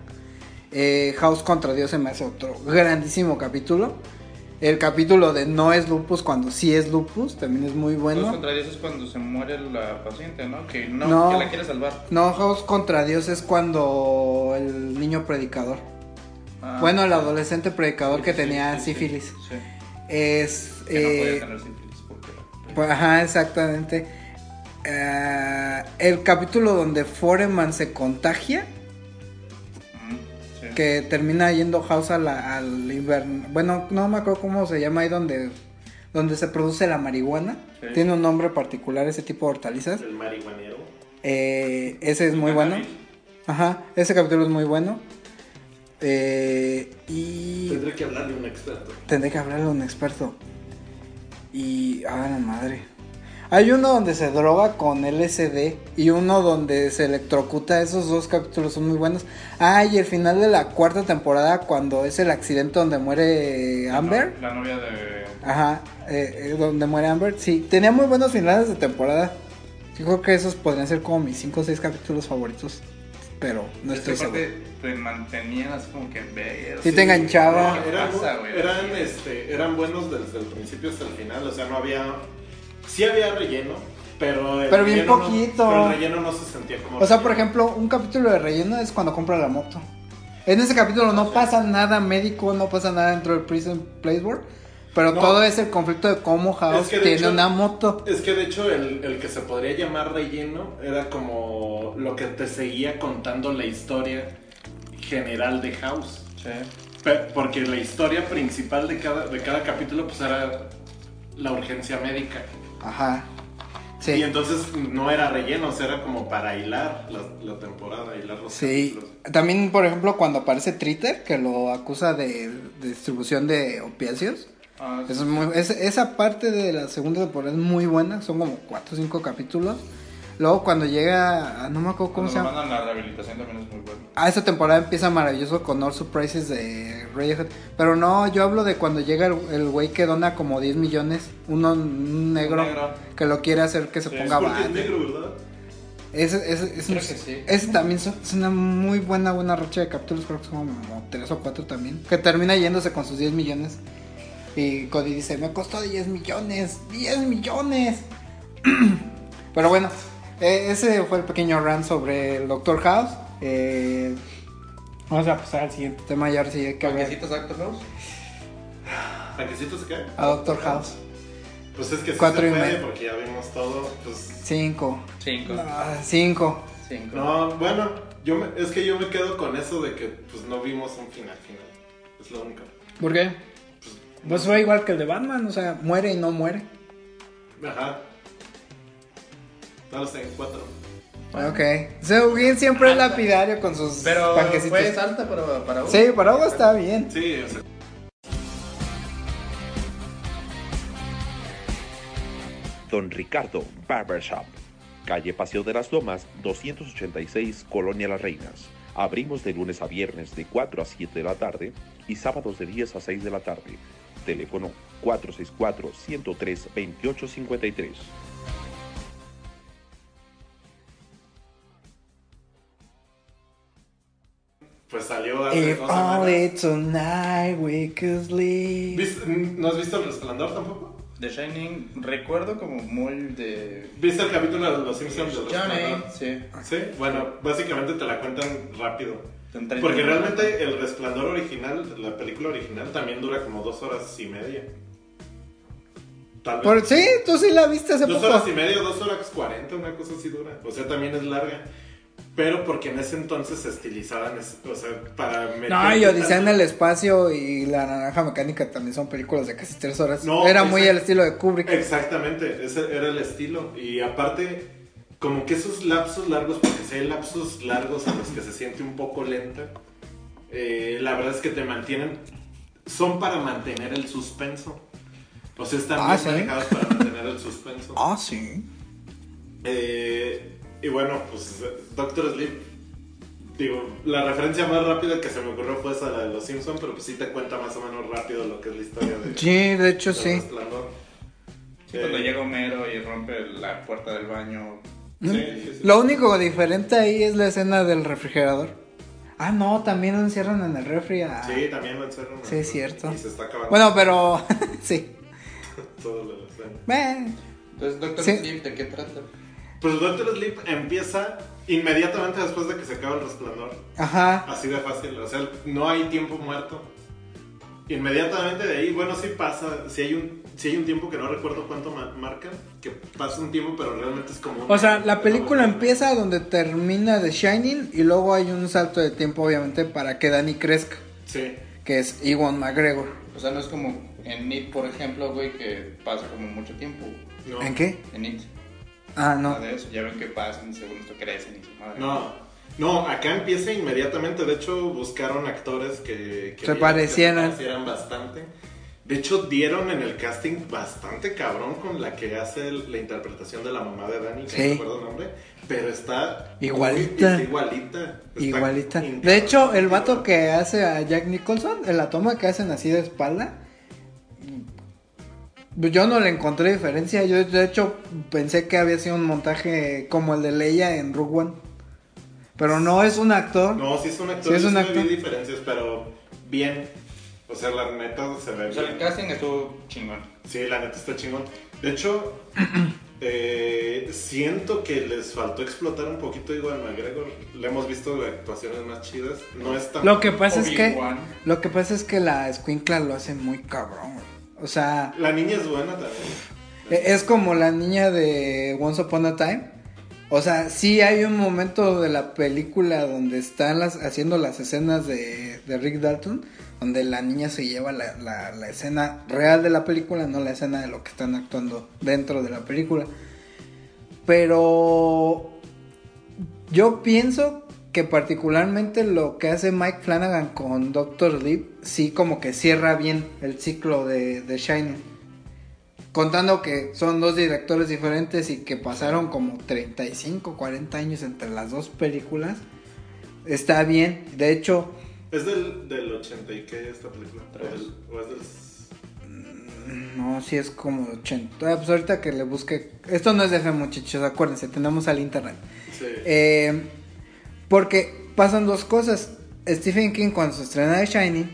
Speaker 1: Eh, House contra Dios se me hace otro grandísimo capítulo. El capítulo de No es lupus cuando sí es lupus también es muy
Speaker 3: Bueno.
Speaker 1: bueno.
Speaker 3: contra Dios es cuando se muere la paciente, ¿no? Que no,
Speaker 1: No.
Speaker 3: que la quiere salvar.
Speaker 1: No, House contra Dios es cuando el niño predicador,
Speaker 3: Ah,
Speaker 1: bueno, el adolescente predicador
Speaker 3: sí,
Speaker 1: que
Speaker 3: sí,
Speaker 1: tenía
Speaker 3: sí, sí,
Speaker 1: sífilis,
Speaker 3: Sí.
Speaker 1: es...
Speaker 3: Que no
Speaker 1: eh,
Speaker 3: podía tener sífilis porque.
Speaker 1: Pues, ajá, exactamente. Ah, el capítulo donde Foreman se contagia,
Speaker 3: Mm, sí.
Speaker 1: que termina yendo House a la- al invern... Bueno, no me acuerdo cómo se llama ahí donde, donde se produce la marihuana.
Speaker 3: Sí.
Speaker 1: Tiene un nombre particular ese tipo de hortalizas.
Speaker 4: El marihuanero.
Speaker 1: Eh, ese es muy bueno. Ajá, ese capítulo es muy bueno. Eh, y
Speaker 4: Tendré que hablar de un experto.
Speaker 1: tendré que hablarle a un experto. Y. Ah, la madre. Hay uno donde se droga con LSD y uno donde se electrocuta. Esos dos capítulos son muy buenos. Ah, y el final de la cuarta temporada, cuando es el accidente donde muere Amber.
Speaker 3: La novia de.
Speaker 1: Ajá, eh, eh, donde muere Amber. Sí, tenía muy buenos finales de temporada. Yo creo que esos podrían ser como mis 5 o 6 capítulos favoritos. Pero no
Speaker 3: Esta
Speaker 1: estoy seguro.
Speaker 3: parte te mantenían así como que ver.
Speaker 1: Sí, te enganchaba.
Speaker 3: ¿qué
Speaker 4: Eran,
Speaker 3: pasa, güey?
Speaker 4: eran, este, eran buenos desde el principio hasta el final, o sea, no había... Sí había relleno, pero... el
Speaker 1: Pero bien
Speaker 4: relleno no-
Speaker 1: poquito.
Speaker 4: pero el relleno no se sentía como...
Speaker 1: O sea,
Speaker 4: relleno.
Speaker 1: por ejemplo, un capítulo de relleno es cuando compra la moto. En ese capítulo no pasa nada médico, no pasa nada dentro del Prison Place Board, pero
Speaker 4: No.
Speaker 1: todo es el conflicto de cómo House
Speaker 4: Es que de
Speaker 1: tiene
Speaker 4: hecho-
Speaker 1: una moto.
Speaker 4: Es que de hecho el, el que se podría llamar relleno era como lo que te seguía contando la historia general de House.
Speaker 3: Sí.
Speaker 4: Pe- Porque la historia principal de cada, de cada capítulo pues era la urgencia médica.
Speaker 1: Ajá.
Speaker 4: Y
Speaker 1: Sí.
Speaker 4: entonces no era relleno, o sea, era como para hilar la, la temporada, hilar los
Speaker 1: Sí.
Speaker 4: capítulos.
Speaker 1: También, por ejemplo, cuando aparece Tritter, que lo acusa de, de distribución de opiáceos.
Speaker 3: Ah,
Speaker 1: Eso es muy- es- esa parte de la segunda temporada es muy buena, son como 4 o 5 capítulos. Luego cuando llega, a- no me acuerdo cómo
Speaker 3: cuando
Speaker 1: se
Speaker 3: lo
Speaker 1: llama.
Speaker 3: mandan a la rehabilitación también es muy bueno.
Speaker 1: Ah, esta temporada empieza maravilloso con All Surprises de Radiohead. Pero no, yo hablo de cuando llega el el güey que dona como 10 millones, uno un negro,
Speaker 3: negro.
Speaker 1: que lo quiere hacer que se
Speaker 3: Sí,
Speaker 1: ponga
Speaker 4: Porque Eh, es
Speaker 1: banda.
Speaker 4: negro, ¿verdad?
Speaker 1: Ese, ese, ese-
Speaker 3: Creo que sí.
Speaker 1: ese también son- es una muy buena, buena racha de capítulos, creo que son como 3 o 4 también. Que termina yéndose con sus 10 millones. Y Cody dice, me costó 10 millones, 10 millones. <clears throat> Pero bueno, eh, ese fue el pequeño rant sobre el Doctor House. Eh, vamos a pasar al siguiente tema y ahora sí hay que hablar
Speaker 3: ¿Tanquecitos Actor House?
Speaker 4: ¿Tanquecito se cae?
Speaker 1: a Doctor House.
Speaker 4: Pues es que sí
Speaker 1: Cuatro y
Speaker 4: se puede,
Speaker 1: medio.
Speaker 4: porque ya vimos todo. Pues,
Speaker 1: 5.
Speaker 3: Cinco.
Speaker 1: Ah, 5.
Speaker 3: Cinco.
Speaker 4: no, bueno, yo me- es que yo me quedo con eso de que pues no vimos un final final. Es lo único.
Speaker 1: ¿Por qué? Pues fue igual que el de Batman, o sea, muere y no muere.
Speaker 4: Ajá. No lo sé, cuatro.
Speaker 1: Ok. Seguín siempre es lapidario con sus
Speaker 3: Pero
Speaker 1: panquecitos.
Speaker 3: fue alta para, para uno.
Speaker 1: Sí, para algo está bien.
Speaker 4: Sí, o sea,
Speaker 5: Don Ricardo Barbershop, calle Paseo de las Lomas, 286, Colonia Las Reinas. Abrimos de lunes a viernes de 4 a 7 de la tarde y sábados de 10 a 6 de la tarde. Teléfono 464-103-2853.
Speaker 4: pues salió hace
Speaker 1: If
Speaker 4: dos
Speaker 1: only
Speaker 4: semanas.
Speaker 1: tonight we could sleep.
Speaker 4: ¿Viste- ¿No has visto El Resplandor tampoco?
Speaker 3: The Shining, recuerdo como muy de.
Speaker 4: ¿Viste el capítulo de Los Simpsons del
Speaker 3: Johnny.
Speaker 4: Resplandor?
Speaker 3: Sí.
Speaker 4: Sí, bueno, básicamente te la cuentan rápido.
Speaker 3: En 30
Speaker 4: Porque
Speaker 3: minutos.
Speaker 4: realmente El Resplandor original, la película original, también dura como dos horas y media. Tal vez.
Speaker 1: Por, sí, tú sí la viste hace
Speaker 4: Dos horas
Speaker 1: poco.
Speaker 4: y media, dos horas cuarenta, una cosa así dura. O sea, también es larga. Pero porque en ese entonces se estilizaban, es- o sea, para meter...
Speaker 1: No, y Odisea en el espacio y La Naranja Mecánica también son películas de casi tres horas.
Speaker 4: No,
Speaker 1: Era muy
Speaker 4: ese-
Speaker 1: el estilo de Kubrick.
Speaker 4: Exactamente, ese era el estilo. Y aparte, como que esos lapsos largos, porque si hay lapsos largos en los que se siente un poco lenta, eh, la verdad es que te mantienen, son para mantener el suspenso. O sea, están
Speaker 1: Ah,
Speaker 4: bien
Speaker 1: ¿sí?
Speaker 4: manejados para mantener el suspenso.
Speaker 1: Ah, sí.
Speaker 4: Eh, y bueno, pues Doctor Sleep, digo, la referencia más rápida que se me ocurrió fue esa la de Los Simpson, pero pues sí te cuenta más o menos rápido lo que es la historia de...
Speaker 1: Sí, de hecho
Speaker 4: del
Speaker 1: sí.
Speaker 4: Resplandor.
Speaker 3: Sí, cuando
Speaker 4: Eh,
Speaker 3: llega Homero y rompe la puerta del baño.
Speaker 4: Sí, sí, sí.
Speaker 1: Lo único diferente ahí es la escena del refrigerador. Ah, no, también lo encierran en el refri. a-
Speaker 4: Sí, también lo encerran.
Speaker 1: Sí, es cierto.
Speaker 4: Y se está acabando
Speaker 1: Bueno, pero <laughs> sí.
Speaker 4: todo lo del sueño.
Speaker 1: Bueno,
Speaker 3: Entonces, Doctor
Speaker 1: Sí.
Speaker 3: Sleep, ¿de qué trata?
Speaker 4: Pues Doctor Sleep empieza inmediatamente después de que se acaba el resplandor.
Speaker 1: ajá.
Speaker 4: Así de fácil, o sea, no hay tiempo muerto. Inmediatamente de ahí, bueno, sí pasa, si hay un, sí hay un tiempo que no recuerdo cuánto ma- marca, que pasa un tiempo, pero realmente es como... un-
Speaker 1: O sea, la
Speaker 4: pero
Speaker 1: película
Speaker 4: bueno,
Speaker 1: empieza donde termina The Shining y luego hay un salto de tiempo, obviamente, para que Danny crezca,
Speaker 4: Sí,
Speaker 1: que es Ewan McGregor.
Speaker 3: O sea, no es como en It, por ejemplo, güey, que pasa como mucho tiempo.
Speaker 4: no.
Speaker 1: ¿En qué?
Speaker 3: En It,
Speaker 1: Ah, no.
Speaker 3: nada de eso. Ya ven que pasan, según esto crecen y su madre.
Speaker 4: No, no, acá empieza inmediatamente, de hecho buscaron actores que... que
Speaker 1: Se ¿eh?
Speaker 4: vieran- que
Speaker 1: parecieran.
Speaker 4: se parecieran bastante. De hecho, dieron en el casting bastante cabrón con la que hace el- la interpretación de la mamá de Dani, que
Speaker 1: Sí.
Speaker 4: no recuerdo el nombre, pero está...
Speaker 1: Igualita.
Speaker 4: Está igualita. Está
Speaker 1: Igualita.
Speaker 4: incabrón.
Speaker 1: De hecho, el vato que hace a Jack Nicholson, en la toma que hacen así de espalda, pues yo no le encontré diferencia. Yo, de hecho, pensé que había sido un montaje como el de Leia en Rogue One. Pero no es un actor.
Speaker 4: No, sí es un actor.
Speaker 1: Sí es
Speaker 4: yo
Speaker 1: un
Speaker 4: me
Speaker 1: actor.
Speaker 4: vi diferencias, pero bien. O sea, la neta se ve
Speaker 3: O sea, el
Speaker 4: bien.
Speaker 3: casting estuvo chingón.
Speaker 4: Sí, la neta está chingón. De hecho, <clears throat> eh, siento que les faltó explotar un poquito igual a McGregor. Le hemos visto actuaciones más chidas. No es tan...
Speaker 1: Lo que pasa es que.
Speaker 3: Obi-Wan.
Speaker 1: Lo que pasa es que la escuincla lo hace muy cabrón. güey. O sea,
Speaker 4: La niña es buena también.
Speaker 1: e- es como la niña de Once Upon a Time. O sea, sí hay un momento de la película donde están las, haciendo las escenas de, de Rick Dalton, donde la niña se lleva la, la- la escena real de la película, no la escena de lo que están actuando dentro de la película. Pero yo pienso que particularmente lo que hace Mike Flanagan con Doctor Sleep sí como que cierra bien el ciclo de, de Shining. Contando que son dos directores diferentes y que pasaron como 35, 40 años entre las dos películas, está bien. De hecho,
Speaker 4: Es del, del 80 y qué esta película. O,
Speaker 3: Tres.
Speaker 4: del- o es del...
Speaker 1: no, si es como 80. Ah, Pues ahorita que le busque... Esto no es de fe muchachos, acuérdense, tenemos al internet.
Speaker 4: Sí.
Speaker 1: Eh, porque pasan dos cosas. Stephen King cuando se estrena The Shining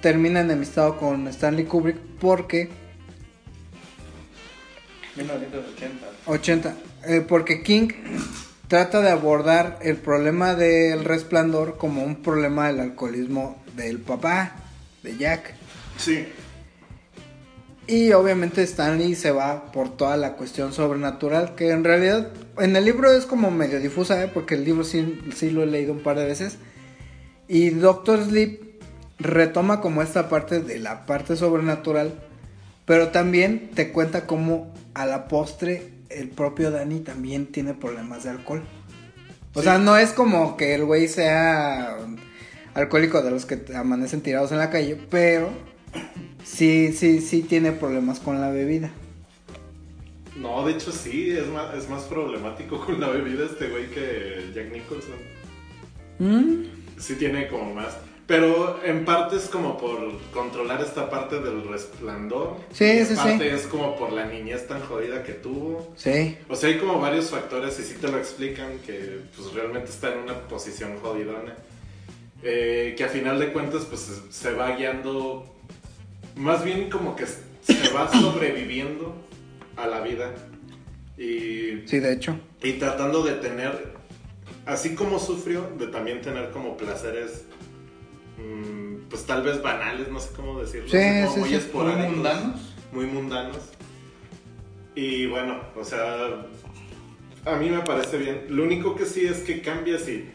Speaker 1: termina enemistado con Stanley Kubrick porque
Speaker 3: 1980.
Speaker 1: 80 eh, porque King trata de abordar el problema del resplandor como un problema del alcoholismo del papá de Jack.
Speaker 4: sí.
Speaker 1: Y obviamente Stanley se va por toda la cuestión sobrenatural, que en realidad en el libro es como medio difusa, ¿eh? porque el libro sí, sí lo he leído un par de veces. Y Doctor Sleep retoma como esta parte de la parte sobrenatural, pero también te cuenta cómo a la postre el propio Danny también tiene problemas de alcohol. O
Speaker 4: Sí.
Speaker 1: sea, no es como que el güey sea alcohólico de los que amanecen tirados en la calle, pero sí, sí, sí tiene problemas con la bebida.
Speaker 4: No, de hecho sí, es más, es más problemático <laughs> con la bebida este güey que Jack Nicholson.
Speaker 1: ¿Mm?
Speaker 4: sí tiene como más. Pero en parte es como por controlar esta parte del resplandor.
Speaker 1: Sí,
Speaker 4: Y en
Speaker 1: sí, sí.
Speaker 4: parte es como por la niñez tan jodida que tuvo.
Speaker 1: Sí.
Speaker 4: O sea, hay como varios factores y sí te lo explican que pues realmente está en una posición jodidona. Eh, que a final de cuentas pues se- se va guiando, más bien como que se va <clears throat> sobreviviendo a la vida. Y
Speaker 1: Sí, de hecho.
Speaker 4: y tratando de tener, así como sufrió, de también tener como placeres, mm, pues tal vez banales, no sé cómo decirlo.
Speaker 1: Sí,
Speaker 4: así como
Speaker 1: sí,
Speaker 4: muy
Speaker 1: sí.
Speaker 3: ¿Muy
Speaker 4: esporádicos,
Speaker 3: mundanos?
Speaker 4: Muy mundanos. Y bueno, o sea, a mí me parece bien. Lo único que sí es que cambia sí.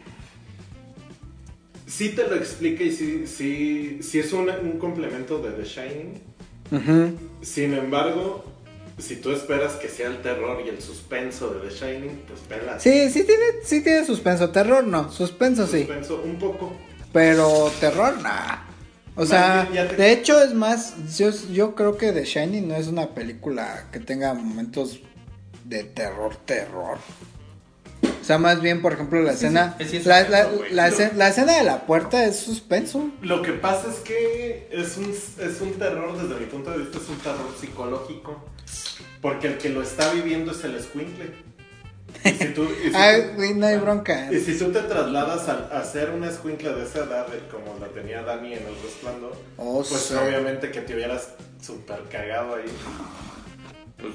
Speaker 4: Sí te lo explica y sí, sí, sí es un, un complemento de The Shining,
Speaker 1: Ujú.
Speaker 4: sin embargo, si tú esperas que sea el terror y el suspenso de The Shining, pues pelas.
Speaker 1: Sí, sí tiene, sí tiene suspenso. Terror no, suspenso sí.
Speaker 4: Suspenso un poco.
Speaker 1: Pero terror, nah. O
Speaker 4: Más
Speaker 1: sea,
Speaker 4: bien ya te-
Speaker 1: de hecho es más, yo, yo creo que The Shining no es una película que tenga momentos de terror, terror. O sea, más bien, por ejemplo, la escena,
Speaker 3: sí, sí es
Speaker 1: la, la-
Speaker 3: suspenso, güey.
Speaker 1: la escena- la escena de la puerta es suspenso.
Speaker 4: Lo que pasa es que es un, es un terror, desde mi punto de vista, es un terror psicológico. Porque el que lo está viviendo es el escuincle. Y si tú,
Speaker 1: <laughs>
Speaker 4: y si
Speaker 1: Ah,
Speaker 4: tú-
Speaker 1: güey, no hay bronca.
Speaker 4: Y si tú te trasladas a, a ser una escuincla de esa edad, eh, como la tenía Dani en el resplandor,
Speaker 1: Oh,
Speaker 4: pues
Speaker 1: sí.
Speaker 4: obviamente que te hubieras super cagado ahí.
Speaker 3: Pues,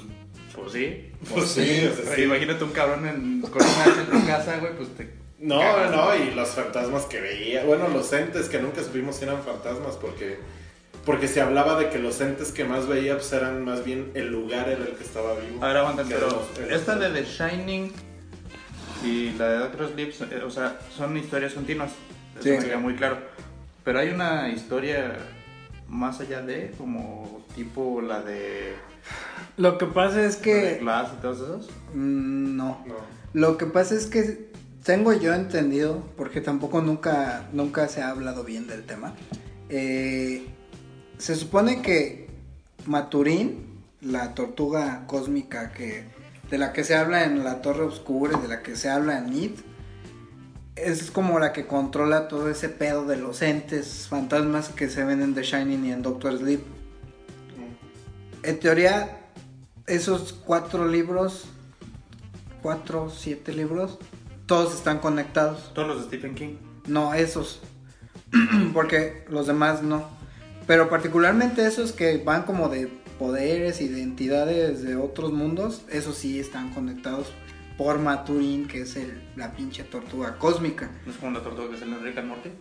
Speaker 3: pues sí.
Speaker 4: Pues sí, o sea,
Speaker 3: Pero
Speaker 4: sí.
Speaker 3: Imagínate un cabrón en, con un hacha en tu casa, güey, pues te.
Speaker 4: No,
Speaker 3: cagas,
Speaker 4: no, y los fantasmas que veía, bueno, los entes que nunca supimos que eran fantasmas porque porque se hablaba de que los entes que más veía pues eran más bien el lugar en el que estaba vivo.
Speaker 3: A ver, aguanten,
Speaker 4: Que
Speaker 3: pero
Speaker 4: los- el-
Speaker 3: esta de The Shining y la de Doctor Sleep, eh, o sea, son historias continuas. Eso
Speaker 1: Sí.
Speaker 3: me queda muy claro. Pero hay una historia más allá de, como tipo la de,
Speaker 1: Lo que pasa es
Speaker 3: la de
Speaker 1: que.
Speaker 3: Glass y todos esos.
Speaker 1: Mm, no.
Speaker 4: No.
Speaker 1: Lo que pasa es que tengo yo entendido, porque tampoco nunca, nunca se ha hablado bien del tema. eh, se supone que Maturín, la tortuga cósmica que, de la que se habla en La Torre Oscura y de la que se habla en It, es como la que controla todo ese pedo de los entes fantasmas que se ven en The Shining y en Doctor Sleep. En teoría, esos cuatro libros, cuatro, siete libros, todos están conectados.
Speaker 3: Todos los de Stephen King.
Speaker 1: No, esos. <clears throat> Porque los demás no. Pero particularmente esos que van como de poderes y de entidades de otros mundos, esos sí están conectados por Maturín, que es el, la pinche tortuga cósmica.
Speaker 3: No es como la tortuga que se le enrica al morte.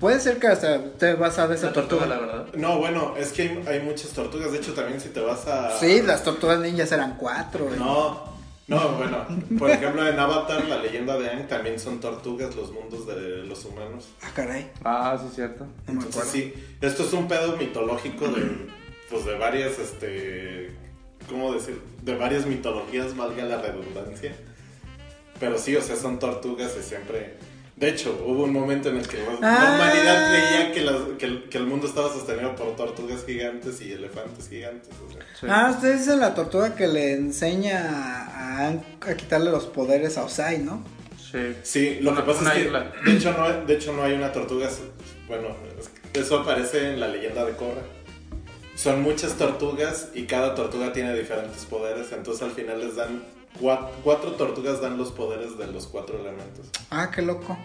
Speaker 1: Puede ser que hasta te vas a ver esa
Speaker 3: La tortuga,
Speaker 1: tortuga.
Speaker 3: la verdad.
Speaker 4: No, bueno, es que hay, hay muchas tortugas, de hecho también si te vas a
Speaker 1: Sí, las tortugas ninjas eran cuatro. güey.
Speaker 4: No, no, bueno. Por ejemplo, en Avatar, la leyenda de Aang, también son tortugas los mundos de los humanos.
Speaker 1: Ah, caray.
Speaker 3: Ah, sí, es cierto.
Speaker 1: No me
Speaker 4: Entonces,
Speaker 1: acuerdo.
Speaker 4: Pues sí, esto es un pedo mitológico de, pues, de varias, este, ¿cómo decir? De varias mitologías, valga la redundancia. Pero sí, o sea, son tortugas y siempre... De hecho, hubo un momento en el que la
Speaker 1: Ah.
Speaker 4: humanidad creía que, las- que el, que el mundo estaba sostenido por tortugas gigantes y elefantes gigantes. o sea.
Speaker 3: Sí.
Speaker 1: Ah, ustedes dicen la tortuga que le enseña a, Aang a quitarle los poderes a Osai, ¿no?
Speaker 3: Sí.
Speaker 4: Sí, lo que
Speaker 3: Una-
Speaker 4: pasa
Speaker 3: una
Speaker 4: es
Speaker 3: isla.
Speaker 4: que de hecho, no, hay- de hecho no hay una tortuga. su- Bueno, es que eso aparece en la leyenda de Korra. Son muchas tortugas y cada tortuga tiene diferentes poderes. Entonces al final les dan cua- cuatro tortugas dan los poderes de los cuatro elementos.
Speaker 1: Ah, qué loco.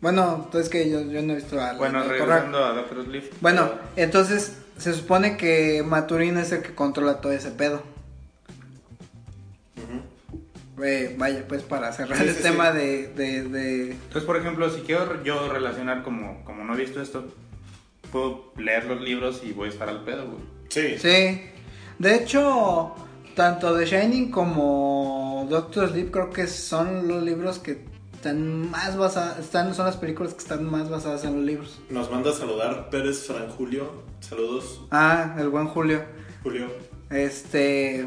Speaker 1: Bueno, entonces que yo, yo no he visto a la-
Speaker 3: Bueno,
Speaker 1: a la
Speaker 3: regresando a Doctor Sleep.
Speaker 1: torre. Bueno, entonces se supone que Maturín es el que controla todo ese pedo. Eh, vaya, pues para cerrar
Speaker 4: Sí,
Speaker 1: el
Speaker 4: sí,
Speaker 1: tema
Speaker 4: sí.
Speaker 1: de, de, de-
Speaker 3: Entonces, por ejemplo, si quiero yo relacionar como, como no he visto esto, puedo leer los libros y voy a estar al pedo, güey.
Speaker 4: Sí.
Speaker 1: Sí. De hecho, tanto The Shining como Doctor Sleep creo que son los libros que están más basadas, están, son las películas que están más basadas en los libros.
Speaker 4: Nos manda a saludar Pérez Fran Julio. Saludos,
Speaker 1: Ah, el buen Julio.
Speaker 4: Julio.
Speaker 1: Este,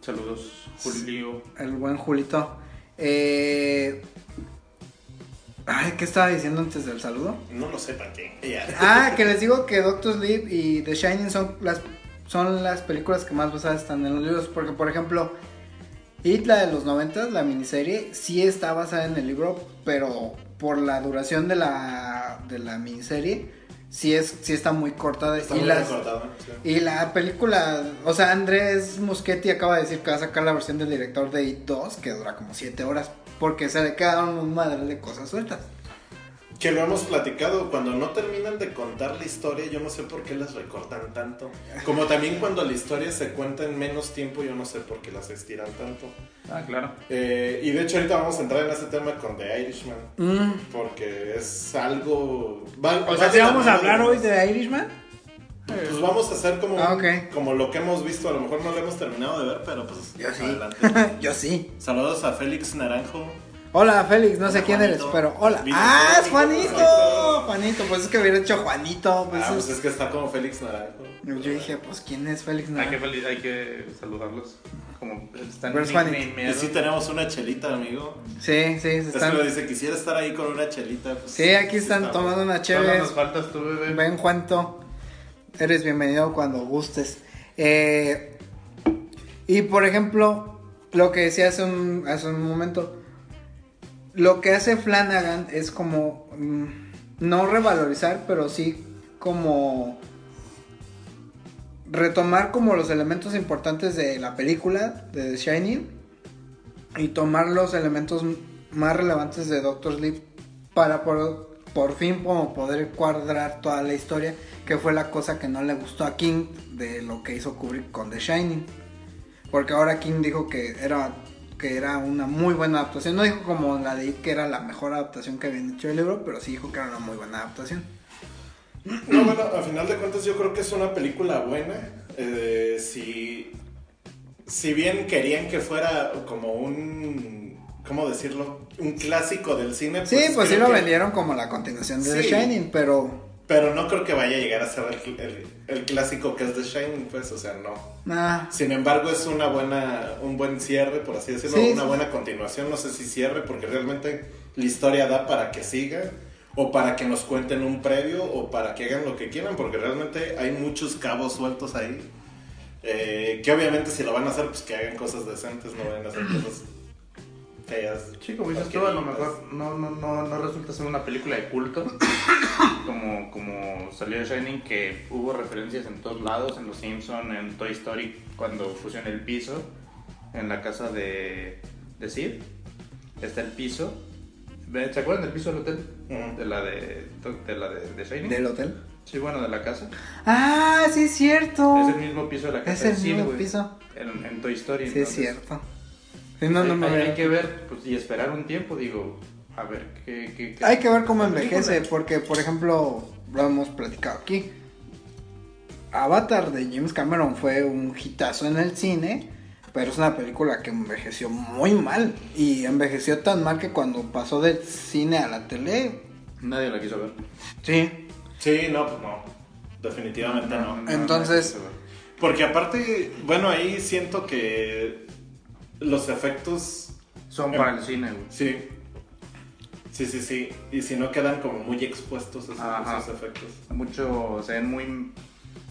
Speaker 3: Saludos, Julio.
Speaker 1: el buen Julito. Eh... Ay, ¿qué estaba diciendo antes del saludo?
Speaker 4: No lo sé para qué. Ya. <laughs>
Speaker 1: Ah, que les digo que Doctor Sleep y The Shining son las, son las películas que más basadas están en los libros. Porque, por ejemplo, It, la de los 90, la miniserie, sí está basada en el libro, pero por la duración de la, de la miniserie, sí, es, sí está muy cortada.
Speaker 4: Está
Speaker 1: y
Speaker 4: muy
Speaker 1: las-
Speaker 4: recortado, sí.
Speaker 1: y la película, o sea, Andrés Muschetti acaba de decir que va a sacar la versión del director de It 2, que dura como 7 horas, porque se le quedaron un madral de cosas sueltas.
Speaker 4: Que lo hemos platicado, cuando no terminan de contar la historia, yo no sé por qué las recortan tanto. Como también cuando la historia se cuenta en menos tiempo, yo no sé por qué las estiran tanto.
Speaker 3: Ah, claro.
Speaker 4: Eh, y de hecho ahorita vamos a entrar en ese tema con The Irishman,
Speaker 1: Mm.
Speaker 4: porque es algo... va-
Speaker 1: O
Speaker 4: va
Speaker 1: sea,
Speaker 4: de
Speaker 1: si
Speaker 4: la
Speaker 1: Pues vamos a
Speaker 4: mano
Speaker 1: hablar
Speaker 4: de-
Speaker 1: hoy de Irishman,
Speaker 4: Pues vamos a hacer como,
Speaker 1: Ah,
Speaker 4: un-
Speaker 1: ok.
Speaker 4: como lo que hemos visto, a lo mejor no lo hemos terminado de ver, pero pues
Speaker 1: Yo sí.
Speaker 4: adelante.
Speaker 1: yo sí.
Speaker 4: Saludos a Félix Naranjo.
Speaker 1: Hola, Félix, no sé
Speaker 4: Hola,
Speaker 1: quién eres,
Speaker 4: Juanito.
Speaker 1: pero hola.
Speaker 4: Vino
Speaker 1: ¡Ah, es
Speaker 4: Juanito.
Speaker 1: Juanito! Juanito, pues es que hubiera hecho Juanito. Pues
Speaker 4: Ah, pues
Speaker 1: es-
Speaker 4: es Ah, que está como Félix Naranjo.
Speaker 1: Yo dije, pues ¿quién es Félix?
Speaker 3: Hay que,
Speaker 1: Naranjo?
Speaker 3: fel- hay que saludarlos. Como están
Speaker 1: Pero es
Speaker 3: nickname,
Speaker 1: Juanito.
Speaker 4: Y
Speaker 3: mierda.
Speaker 4: sí tenemos una chelita, amigo.
Speaker 1: Sí, sí, se
Speaker 4: Es que
Speaker 1: están.
Speaker 4: lo dice, quisiera estar ahí con una chelita. pues,
Speaker 1: Sí, aquí están
Speaker 4: está.
Speaker 1: tomando una
Speaker 3: Solo
Speaker 1: chévere.
Speaker 3: nos faltas tú, bebé.
Speaker 1: Ven, Juanito. Eres bienvenido cuando gustes. Eh, y por ejemplo, lo que decía hace un, hace un momento, lo que hace Flanagan es como, mm, no revalorizar, pero sí como retomar como los elementos importantes de la película de The Shining y tomar los elementos m- más relevantes de Doctor Sleep para por, por fin como poder cuadrar toda la historia, que fue la cosa que no le gustó a King de lo que hizo Kubrick con The Shining. Porque ahora King dijo que era, que era una muy buena adaptación. No dijo como la de It, que era la mejor adaptación que habían hecho el libro, pero sí dijo que era una muy buena adaptación.
Speaker 4: No, bueno, a final de cuentas yo creo que es una película buena. Eh, si, si bien querían que fuera como un, ¿cómo decirlo? Un clásico del cine.
Speaker 1: Sí, pues sí
Speaker 4: creo
Speaker 1: lo
Speaker 4: que-
Speaker 1: vendieron como la continuación de The
Speaker 4: Sí.
Speaker 1: Shining, pero...
Speaker 4: Pero no creo que vaya a llegar a ser el, el- el clásico que es The Shining, pues, o sea, no.
Speaker 1: Nah,
Speaker 4: Sin embargo, es una buena, un buen cierre, por así decirlo,
Speaker 1: Sí,
Speaker 4: una
Speaker 1: sí.
Speaker 4: buena continuación. No sé si cierre, porque realmente la historia da para que siga, o para que nos cuenten un previo, o para que hagan lo que quieran, porque realmente hay muchos cabos sueltos ahí. eh, que obviamente si lo van a hacer, pues que hagan cosas decentes, no vayan a hacer cosas feas.
Speaker 3: Sí, como dices tú, a lo mejor no, no, no, no resulta ser una película de culto. <coughs> Como, como salió de Shining, que hubo referencias en todos lados, en Los Simpson, en Toy Story, cuando fusiona el piso, en la casa de, de Sid, está el piso. ¿Ve- ¿Se acuerdan del piso del hotel?
Speaker 4: Ujú.
Speaker 3: De la de, de, la de, de Shining.
Speaker 1: del hotel.
Speaker 3: Sí, bueno, de la casa.
Speaker 1: Ah, sí es cierto.
Speaker 3: Es el mismo piso de la
Speaker 1: Es
Speaker 3: casa
Speaker 1: el
Speaker 3: de Sid,
Speaker 1: mismo
Speaker 3: güey,
Speaker 1: piso.
Speaker 3: En, en Toy Story.
Speaker 1: Sí, es
Speaker 3: entonces,
Speaker 1: cierto. Sí, no, no
Speaker 3: hay,
Speaker 1: me
Speaker 3: hay-
Speaker 1: había-
Speaker 3: hay que ver pues, y esperar un tiempo, digo, a ver qué. qué- qué-
Speaker 1: Hay que ver cómo
Speaker 3: la película.
Speaker 1: envejece, porque por ejemplo, lo hemos platicado aquí. Avatar de James Cameron fue un hitazo en el cine, pero es una película que envejeció muy mal. Y envejeció tan mal que cuando pasó del cine a la tele,
Speaker 3: Nadie la quiso ver.
Speaker 1: sí.
Speaker 4: Sí, no, pues no. Definitivamente no.
Speaker 1: Entonces-
Speaker 3: nadie la quiso ver.
Speaker 4: Porque aparte, bueno, ahí siento que los efectos
Speaker 3: Son para el cine, güey.
Speaker 4: Sí. Sí, sí, sí. Y si no quedan como muy expuestos esos,
Speaker 3: Ajá.
Speaker 4: esos efectos.
Speaker 3: Mucho, se ven muy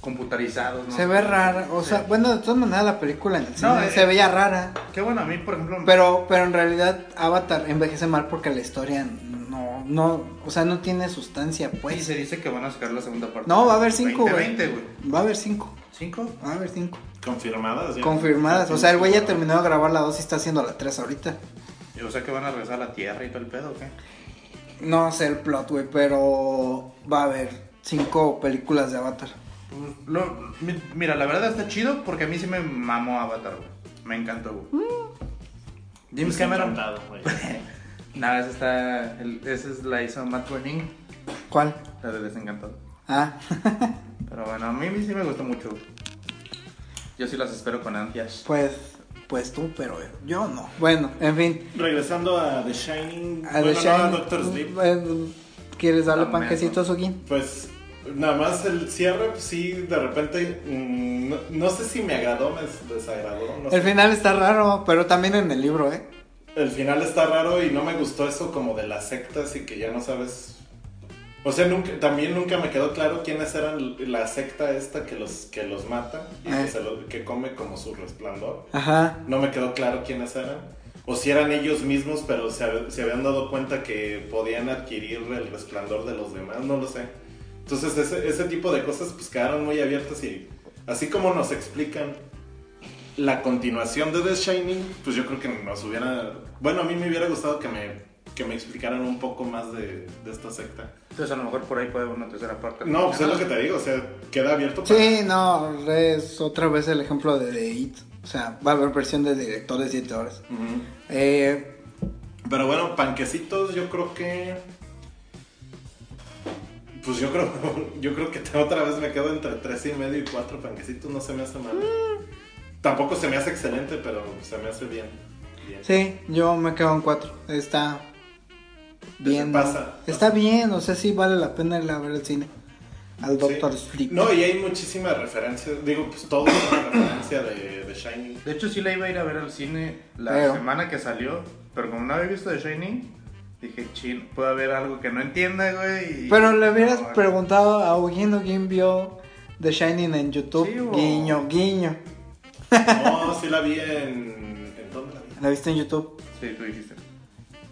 Speaker 3: computarizados, ¿no?
Speaker 1: Se ve rara, o
Speaker 3: Sí.
Speaker 1: sea, bueno, de todas maneras la película en el cine
Speaker 3: No, eh,
Speaker 1: se veía rara,
Speaker 3: Qué bueno, a mí, por ejemplo.
Speaker 1: pero pero en realidad Avatar envejece mal porque la historia no no, o sea, no tiene sustancia,
Speaker 3: Y
Speaker 1: pues.
Speaker 3: se dice que van a sacar la segunda parte.
Speaker 1: No, va a haber cinco,
Speaker 3: 20,
Speaker 1: güey.
Speaker 3: 20, güey.
Speaker 1: Va a haber cinco,
Speaker 3: ¿Cinco?
Speaker 1: va a haber cinco.
Speaker 4: Confirmadas. ya?
Speaker 1: Confirmadas. O sea, el güey ya terminó de grabar la 2 y está haciendo la 3 ahorita.
Speaker 3: Y, O sea, que van a regresar a la tierra y todo el pedo, ¿o qué?
Speaker 1: No sé el plot, güey, pero va a haber cinco películas de Avatar.
Speaker 3: Pues, lo- mi- mira, la verdad está chido porque a mí sí me mamó Avatar, güey. Me encantó, güey.
Speaker 1: Mm.
Speaker 3: James Cameron.
Speaker 6: Encantado, güey.
Speaker 3: <laughs> Nada, esa está. el- esa es la hizo Matt Groening,
Speaker 1: ¿Cuál?
Speaker 3: la de Desencantado.
Speaker 1: Ah, <laughs>
Speaker 3: Pero bueno, a mí sí me gustó mucho. Yo sí las espero con ansias.
Speaker 1: pues, pues tú, pero yo no. Bueno, en fin.
Speaker 4: Regresando a The Shining.
Speaker 1: A
Speaker 4: bueno,
Speaker 1: The
Speaker 4: no, a
Speaker 1: Shining,
Speaker 4: Doctor Sleep.
Speaker 1: eh, ¿Quieres darle
Speaker 3: Ah,
Speaker 1: panquecito, Sugi?
Speaker 4: Pues nada más el cierre, pues, sí, de repente. mm, no, no sé si me agradó, me desagradó. no
Speaker 1: El
Speaker 4: sé.
Speaker 1: final está raro, pero también en el libro, ¿eh?
Speaker 4: El final está raro y no me gustó eso como de las sectas y que ya no sabes. O sea, nunca, también nunca me quedó claro quiénes eran la secta esta que los, que los mata y
Speaker 1: Ah.
Speaker 4: que, se los- que come como su resplandor.
Speaker 1: Ajá.
Speaker 4: No me quedó claro quiénes eran. O si eran ellos mismos, pero se, hab- se habían dado cuenta que podían adquirir el resplandor de los demás, no lo sé. Entonces ese, ese tipo de cosas pues quedaron muy abiertas y así como nos explican la continuación de The Shining, pues yo creo que nos hubiera... Bueno, a mí me hubiera gustado que me, que me explicaran un poco más de, de esta secta.
Speaker 3: Entonces a lo mejor por ahí puede haber una tercera parte.
Speaker 4: No, pues es lo que te digo, o sea, queda abierto. para-
Speaker 1: Sí, no, es otra vez el ejemplo de The It. O sea, va a haber versión de director de 7 horas.
Speaker 4: Ujú.
Speaker 1: Eh,
Speaker 4: Pero bueno, panquecitos, yo creo que. Pues yo creo, <laughs> yo creo que te- otra vez me quedo entre tres y medio y cuatro panquecitos, no se me hace mal. Tampoco se me hace excelente, pero se me hace bien. Bien.
Speaker 1: Sí, yo me quedo en cuatro. Está bien.
Speaker 4: pasa.
Speaker 1: Está bien, o sea, sí vale la pena ir a ver el cine. Al Doctor
Speaker 4: Sí.
Speaker 1: Sleep.
Speaker 4: No, y hay muchísimas referencias. Digo, pues todo es una referencia de, de Shining.
Speaker 3: De hecho, sí la iba a ir a ver al cine la
Speaker 1: Pero.
Speaker 3: semana que salió, pero como no había visto The Shining, dije, chin, puede haber algo que no entienda, güey. y-
Speaker 1: Pero le hubieras
Speaker 3: No,
Speaker 1: preguntado a Eugenio quién vio The Shining en YouTube.
Speaker 3: Sí, o-
Speaker 1: guiño, guiño.
Speaker 4: No, sí la vi en. ¿En dónde la vi?
Speaker 1: ¿La viste en YouTube?
Speaker 3: Sí, tú dijiste.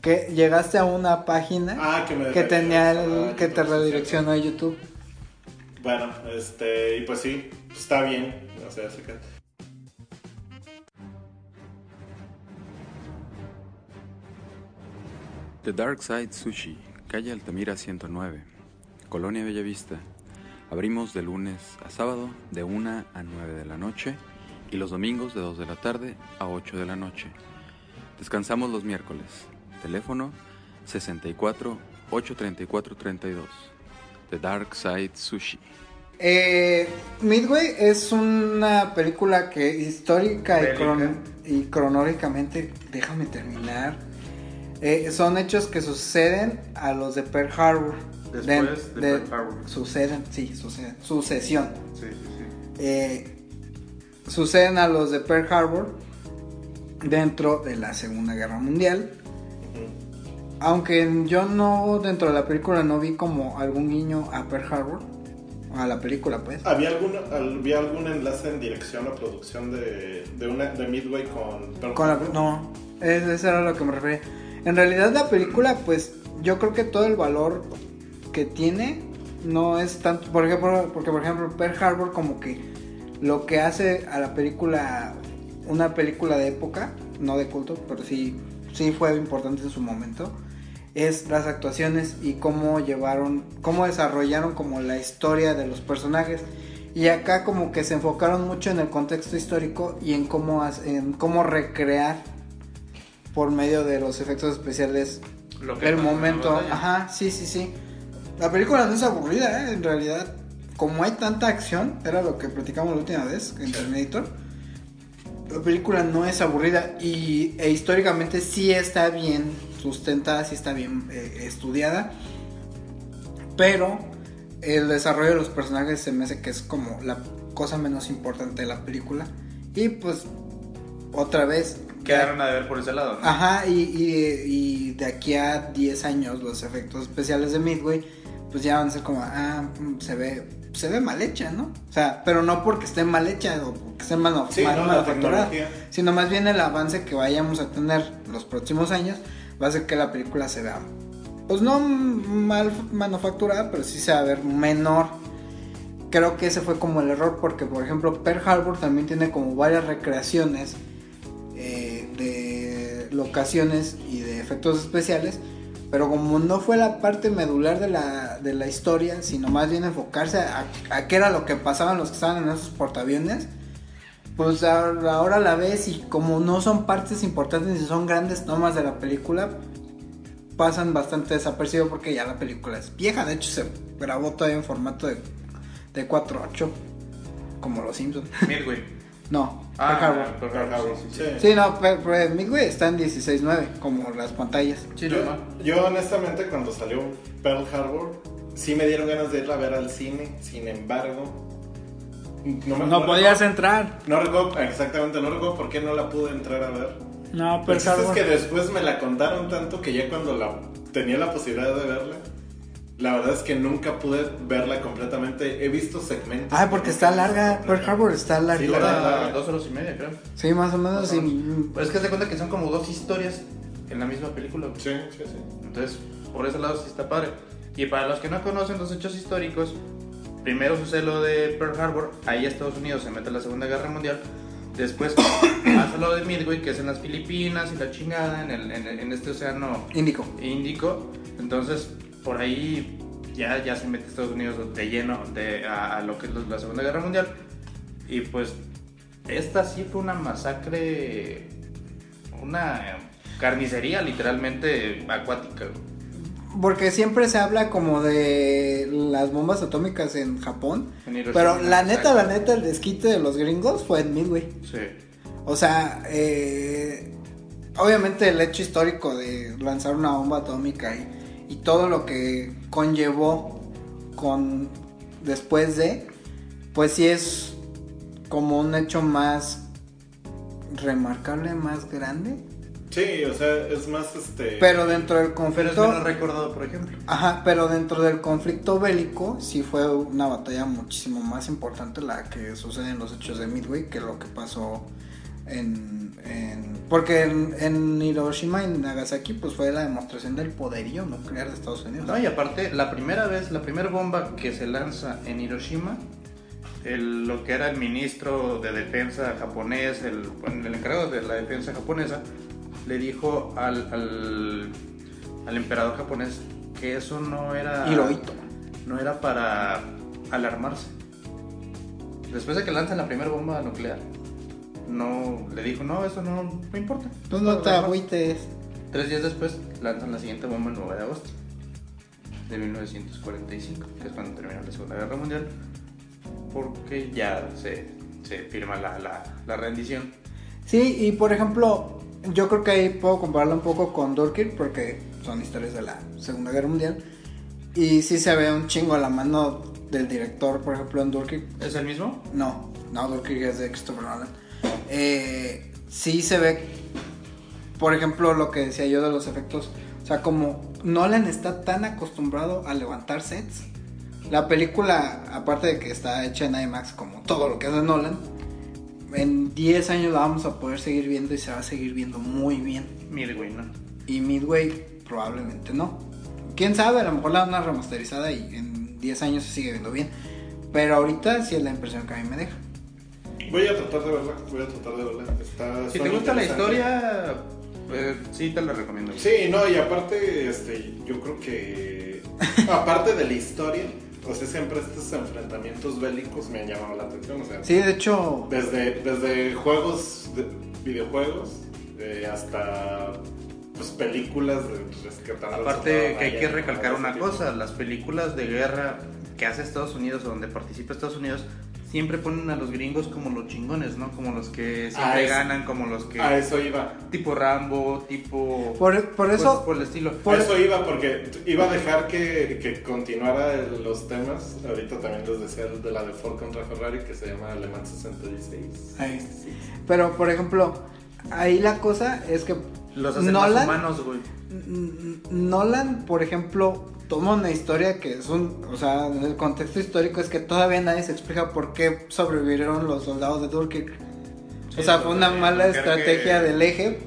Speaker 1: Que llegaste a una página
Speaker 4: Ah, que me.
Speaker 1: que tenía el,
Speaker 4: Ah,
Speaker 1: que te
Speaker 4: YouTube, sí, sí.
Speaker 1: redireccionó a YouTube.
Speaker 4: Bueno, este, y pues sí, pues está bien. O sea, se queda.
Speaker 7: The Dark Side Sushi, calle Altamira 109, Colonia Bellavista. Abrimos de lunes a sábado de 1 a 9 de la noche y los domingos de 2 de la tarde a 8 de la noche. Descansamos los miércoles. Teléfono 64 834 32. The Dark Side Sushi.
Speaker 1: Eh, Midway es una película que histórica y,
Speaker 3: Bélica.
Speaker 1: cron- y cronológicamente, déjame terminar, Eh, son hechos que suceden a los de Pearl Harbor.
Speaker 3: Después de Pearl Harbor.
Speaker 1: Suceden, sí, suceden. Sucesión.
Speaker 3: Sí, sí, sí.
Speaker 1: Eh, suceden a los de Pearl Harbor dentro de la Segunda Guerra Mundial. Aunque yo no, dentro de la película, no vi como algún guiño a Pearl Harbor. A la película, pues.
Speaker 8: ¿Había algún, había algún enlace en dirección o producción de, de, una, de Midway con... Pearl
Speaker 1: Con la-
Speaker 8: Harbor?
Speaker 1: no, es- eso era a lo que me refería. En realidad la película, pues yo creo que todo el valor que tiene no es tanto, por ejemplo, porque por ejemplo Pearl Harbor como que lo que hace a la película una película de época, no de culto, pero sí sí fue importante en su momento, es las actuaciones y cómo llevaron, cómo desarrollaron como la historia de los personajes. Y acá como que se enfocaron mucho en el contexto histórico y en cómo, hac- en cómo recrear por medio de los efectos especiales
Speaker 3: Lo que
Speaker 1: el
Speaker 3: pasa en la
Speaker 1: momento.
Speaker 3: batalla.
Speaker 1: Ajá, sí, sí, sí. La película no es aburrida, ¿eh? en realidad. Como hay tanta acción, era lo que platicamos la última vez en Terminator. La película no es aburrida y e históricamente sí está bien sustentada, sí está bien eh, estudiada. Pero el desarrollo de los personajes se me hace que es como la cosa menos importante de la película. Y pues otra vez...
Speaker 3: Quedaron a ver por ese lado, ¿no?
Speaker 1: Ajá, y, y- y de aquí a 10 años los efectos especiales de Midway, pues ya van a ser como, ah, mm, se ve, se ve mal hecha, ¿no? O sea, pero no porque esté mal hecha o porque esté mal,
Speaker 8: Sí,
Speaker 1: mal
Speaker 8: no, la
Speaker 1: manufacturada,
Speaker 8: tecnología.
Speaker 1: sino más bien el avance que vayamos a tener los próximos años va a hacer que la película se vea, pues no mal manufacturada, pero sí se va a ver menor. Creo que ese fue como el error, porque por ejemplo Pearl Harbor también tiene como varias recreaciones eh, de locaciones y de efectos especiales. Pero como no fue la parte medular de la, de la historia, sino más bien enfocarse a, a qué era lo que pasaban los que estaban en esos portaaviones, pues a- ahora la ves y como no son partes importantes ni son grandes tomas de la película, pasan bastante desapercibido porque ya la película es vieja. De hecho, se grabó todavía en formato de, de 4.8, como los Simpsons.
Speaker 3: Midway.
Speaker 1: No,
Speaker 3: Ah,
Speaker 1: Pearl Harbor.
Speaker 3: Pearl
Speaker 8: Pearl
Speaker 3: Harbor,
Speaker 8: Harbor,
Speaker 3: sí, sí, sí.
Speaker 8: sí.
Speaker 1: Sí, no, pero, pero Midway está en 16.9, como las pantallas.
Speaker 3: Sí,
Speaker 8: yo,
Speaker 3: normal.
Speaker 8: yo honestamente cuando salió Pearl Harbor, sí me dieron ganas de irla a ver al cine, sin embargo, no me
Speaker 1: No
Speaker 8: no
Speaker 1: podías entrar.
Speaker 8: No recuerdo, exactamente, no recuerdo por qué no la pude entrar a ver.
Speaker 1: No,
Speaker 8: Pero
Speaker 4: Pues
Speaker 1: Pearl
Speaker 8: el chiste es
Speaker 1: Harbor.
Speaker 8: que después me la contaron tanto que ya cuando la tenía la posibilidad de verla, la verdad es que nunca pude verla completamente. He visto segmentos.
Speaker 1: Ah, porque está larga. Pearl Harbor está
Speaker 8: Sí, la
Speaker 1: larga.
Speaker 8: verdad.
Speaker 3: Dura dos horas y media, creo.
Speaker 1: Sí, más o menos.
Speaker 3: Más o
Speaker 1: sí.
Speaker 3: menos. Pero es que se cuenta que son como dos historias en la misma película. güey.
Speaker 8: Sí, sí, sí.
Speaker 3: Entonces, por ese lado sí está padre. Y para los que no conocen los hechos históricos, primero sucede lo de Pearl Harbor, ahí Estados Unidos se mete a la Segunda Guerra Mundial. Después <coughs> pasa lo de Midway, que es en las Filipinas y la chingada, en, el- en el- en este océano
Speaker 1: Índico.
Speaker 3: Índico. Entonces, por ahí ya, ya se mete Estados Unidos de lleno de, a, a lo que es la Segunda Guerra Mundial. Y pues, esta sí fue una masacre, una carnicería literalmente acuática. güey.
Speaker 1: Porque siempre se habla como de las bombas atómicas en Japón.
Speaker 3: En Hiroshima,
Speaker 1: Pero la neta,
Speaker 3: exacto.
Speaker 1: la neta, el desquite de los gringos fue en Midway.
Speaker 3: Sí.
Speaker 1: O sea, eh, obviamente el hecho histórico de lanzar una bomba atómica y, y todo lo que conllevó con después de, pues sí es como un hecho más remarcable, más grande.
Speaker 8: Sí, o sea, es más este.
Speaker 1: Pero dentro del
Speaker 3: Pero es
Speaker 1: conflicto,
Speaker 3: menos recordado, por ejemplo.
Speaker 1: ajá, pero dentro del conflicto bélico sí fue una batalla muchísimo más importante la que sucede en los hechos de Midway que lo que pasó en, en- porque en, en Hiroshima y en Nagasaki pues fue la demostración del poderío nuclear de Estados Unidos.
Speaker 3: No, y aparte, la primera vez, la primera bomba que se lanza en Hiroshima, el- lo que era el ministro de defensa japonés, el, bueno, el encargado de la defensa japonesa, le dijo al, al al emperador japonés que eso no era
Speaker 1: Hirohito.
Speaker 3: no era para alarmarse. Después de que lanzan la primera bomba nuclear, no le dijo, no, eso no, no importa.
Speaker 1: Tú no te
Speaker 3: Alarmarse.
Speaker 1: agüites.
Speaker 3: Tres días después lanzan la siguiente bomba el 9 de agosto de 1945, que es cuando termina la Segunda Guerra Mundial, porque ya se, se firma la, la, la rendición.
Speaker 1: Sí, y por ejemplo, yo creo que ahí puedo compararlo un poco con Durkheim porque son historias de la Segunda Guerra Mundial. Y sí se ve un chingo a la mano del director, por ejemplo, en Durkheim.
Speaker 3: ¿Es el mismo?
Speaker 1: No, no, Dunkirk es de Christopher Nolan. Eh, sí se ve, por ejemplo, lo que decía yo de los efectos. O sea, como Nolan está tan acostumbrado a levantar sets, la película, aparte de que está hecha en IMAX, como todo lo que hace Nolan, en 10 años la vamos a poder seguir viendo y se va a seguir viendo muy bien.
Speaker 3: Mire, güey, no.
Speaker 1: Y Midway probablemente no. Quién sabe, a lo mejor la dan una remasterizada y en 10 años se sigue viendo bien. Pero ahorita sí es la impresión que a mí me deja.
Speaker 4: Voy a tratar de verla, voy a tratar de verla. Está,
Speaker 3: Si te
Speaker 4: suena
Speaker 3: gusta la
Speaker 4: interesante.
Speaker 3: historia, eh, sí te la recomiendo. güey.
Speaker 4: Sí, no, y aparte, este, yo
Speaker 1: <laughs>
Speaker 4: creo que. aparte de la historia, o sea, siempre estos enfrentamientos bélicos me han llamado la atención. O sea,
Speaker 1: Sí, de hecho,
Speaker 4: desde, desde juegos, de- videojuegos, eh, hasta pues, películas de rescatando. al
Speaker 3: Aparte
Speaker 4: soldado
Speaker 3: que hay que
Speaker 4: Ryan,
Speaker 3: recalcar
Speaker 4: ese
Speaker 3: una
Speaker 4: tipo.
Speaker 3: cosa, las películas de guerra que hace Estados Unidos o donde participa Estados Unidos siempre ponen a los gringos como los chingones, ¿no? Como los que siempre
Speaker 4: eso.
Speaker 3: ganan, como los que
Speaker 4: A eso iba.
Speaker 3: tipo Rambo, tipo
Speaker 1: por, por
Speaker 3: cosas
Speaker 1: eso,
Speaker 3: Pues, por el estilo.
Speaker 4: Por eso iba, porque t- iba a dejar que, que continuara el- los temas. Ahorita también les decía el de la de Ford contra Ferrari que se llama Le Mans 66.
Speaker 1: Ahí. pero por ejemplo, ahí la cosa es que
Speaker 3: Los hacen más
Speaker 1: Nolan,
Speaker 3: humanos, güey.
Speaker 1: N- Mm, Nolan, por ejemplo, toma una historia que es un, o sea, en el contexto histórico es que todavía nadie se explica por qué sobrevivieron los soldados de Dunkirk. o sea, fue una
Speaker 3: porque
Speaker 1: mala
Speaker 3: Dunkerque-
Speaker 1: estrategia del eje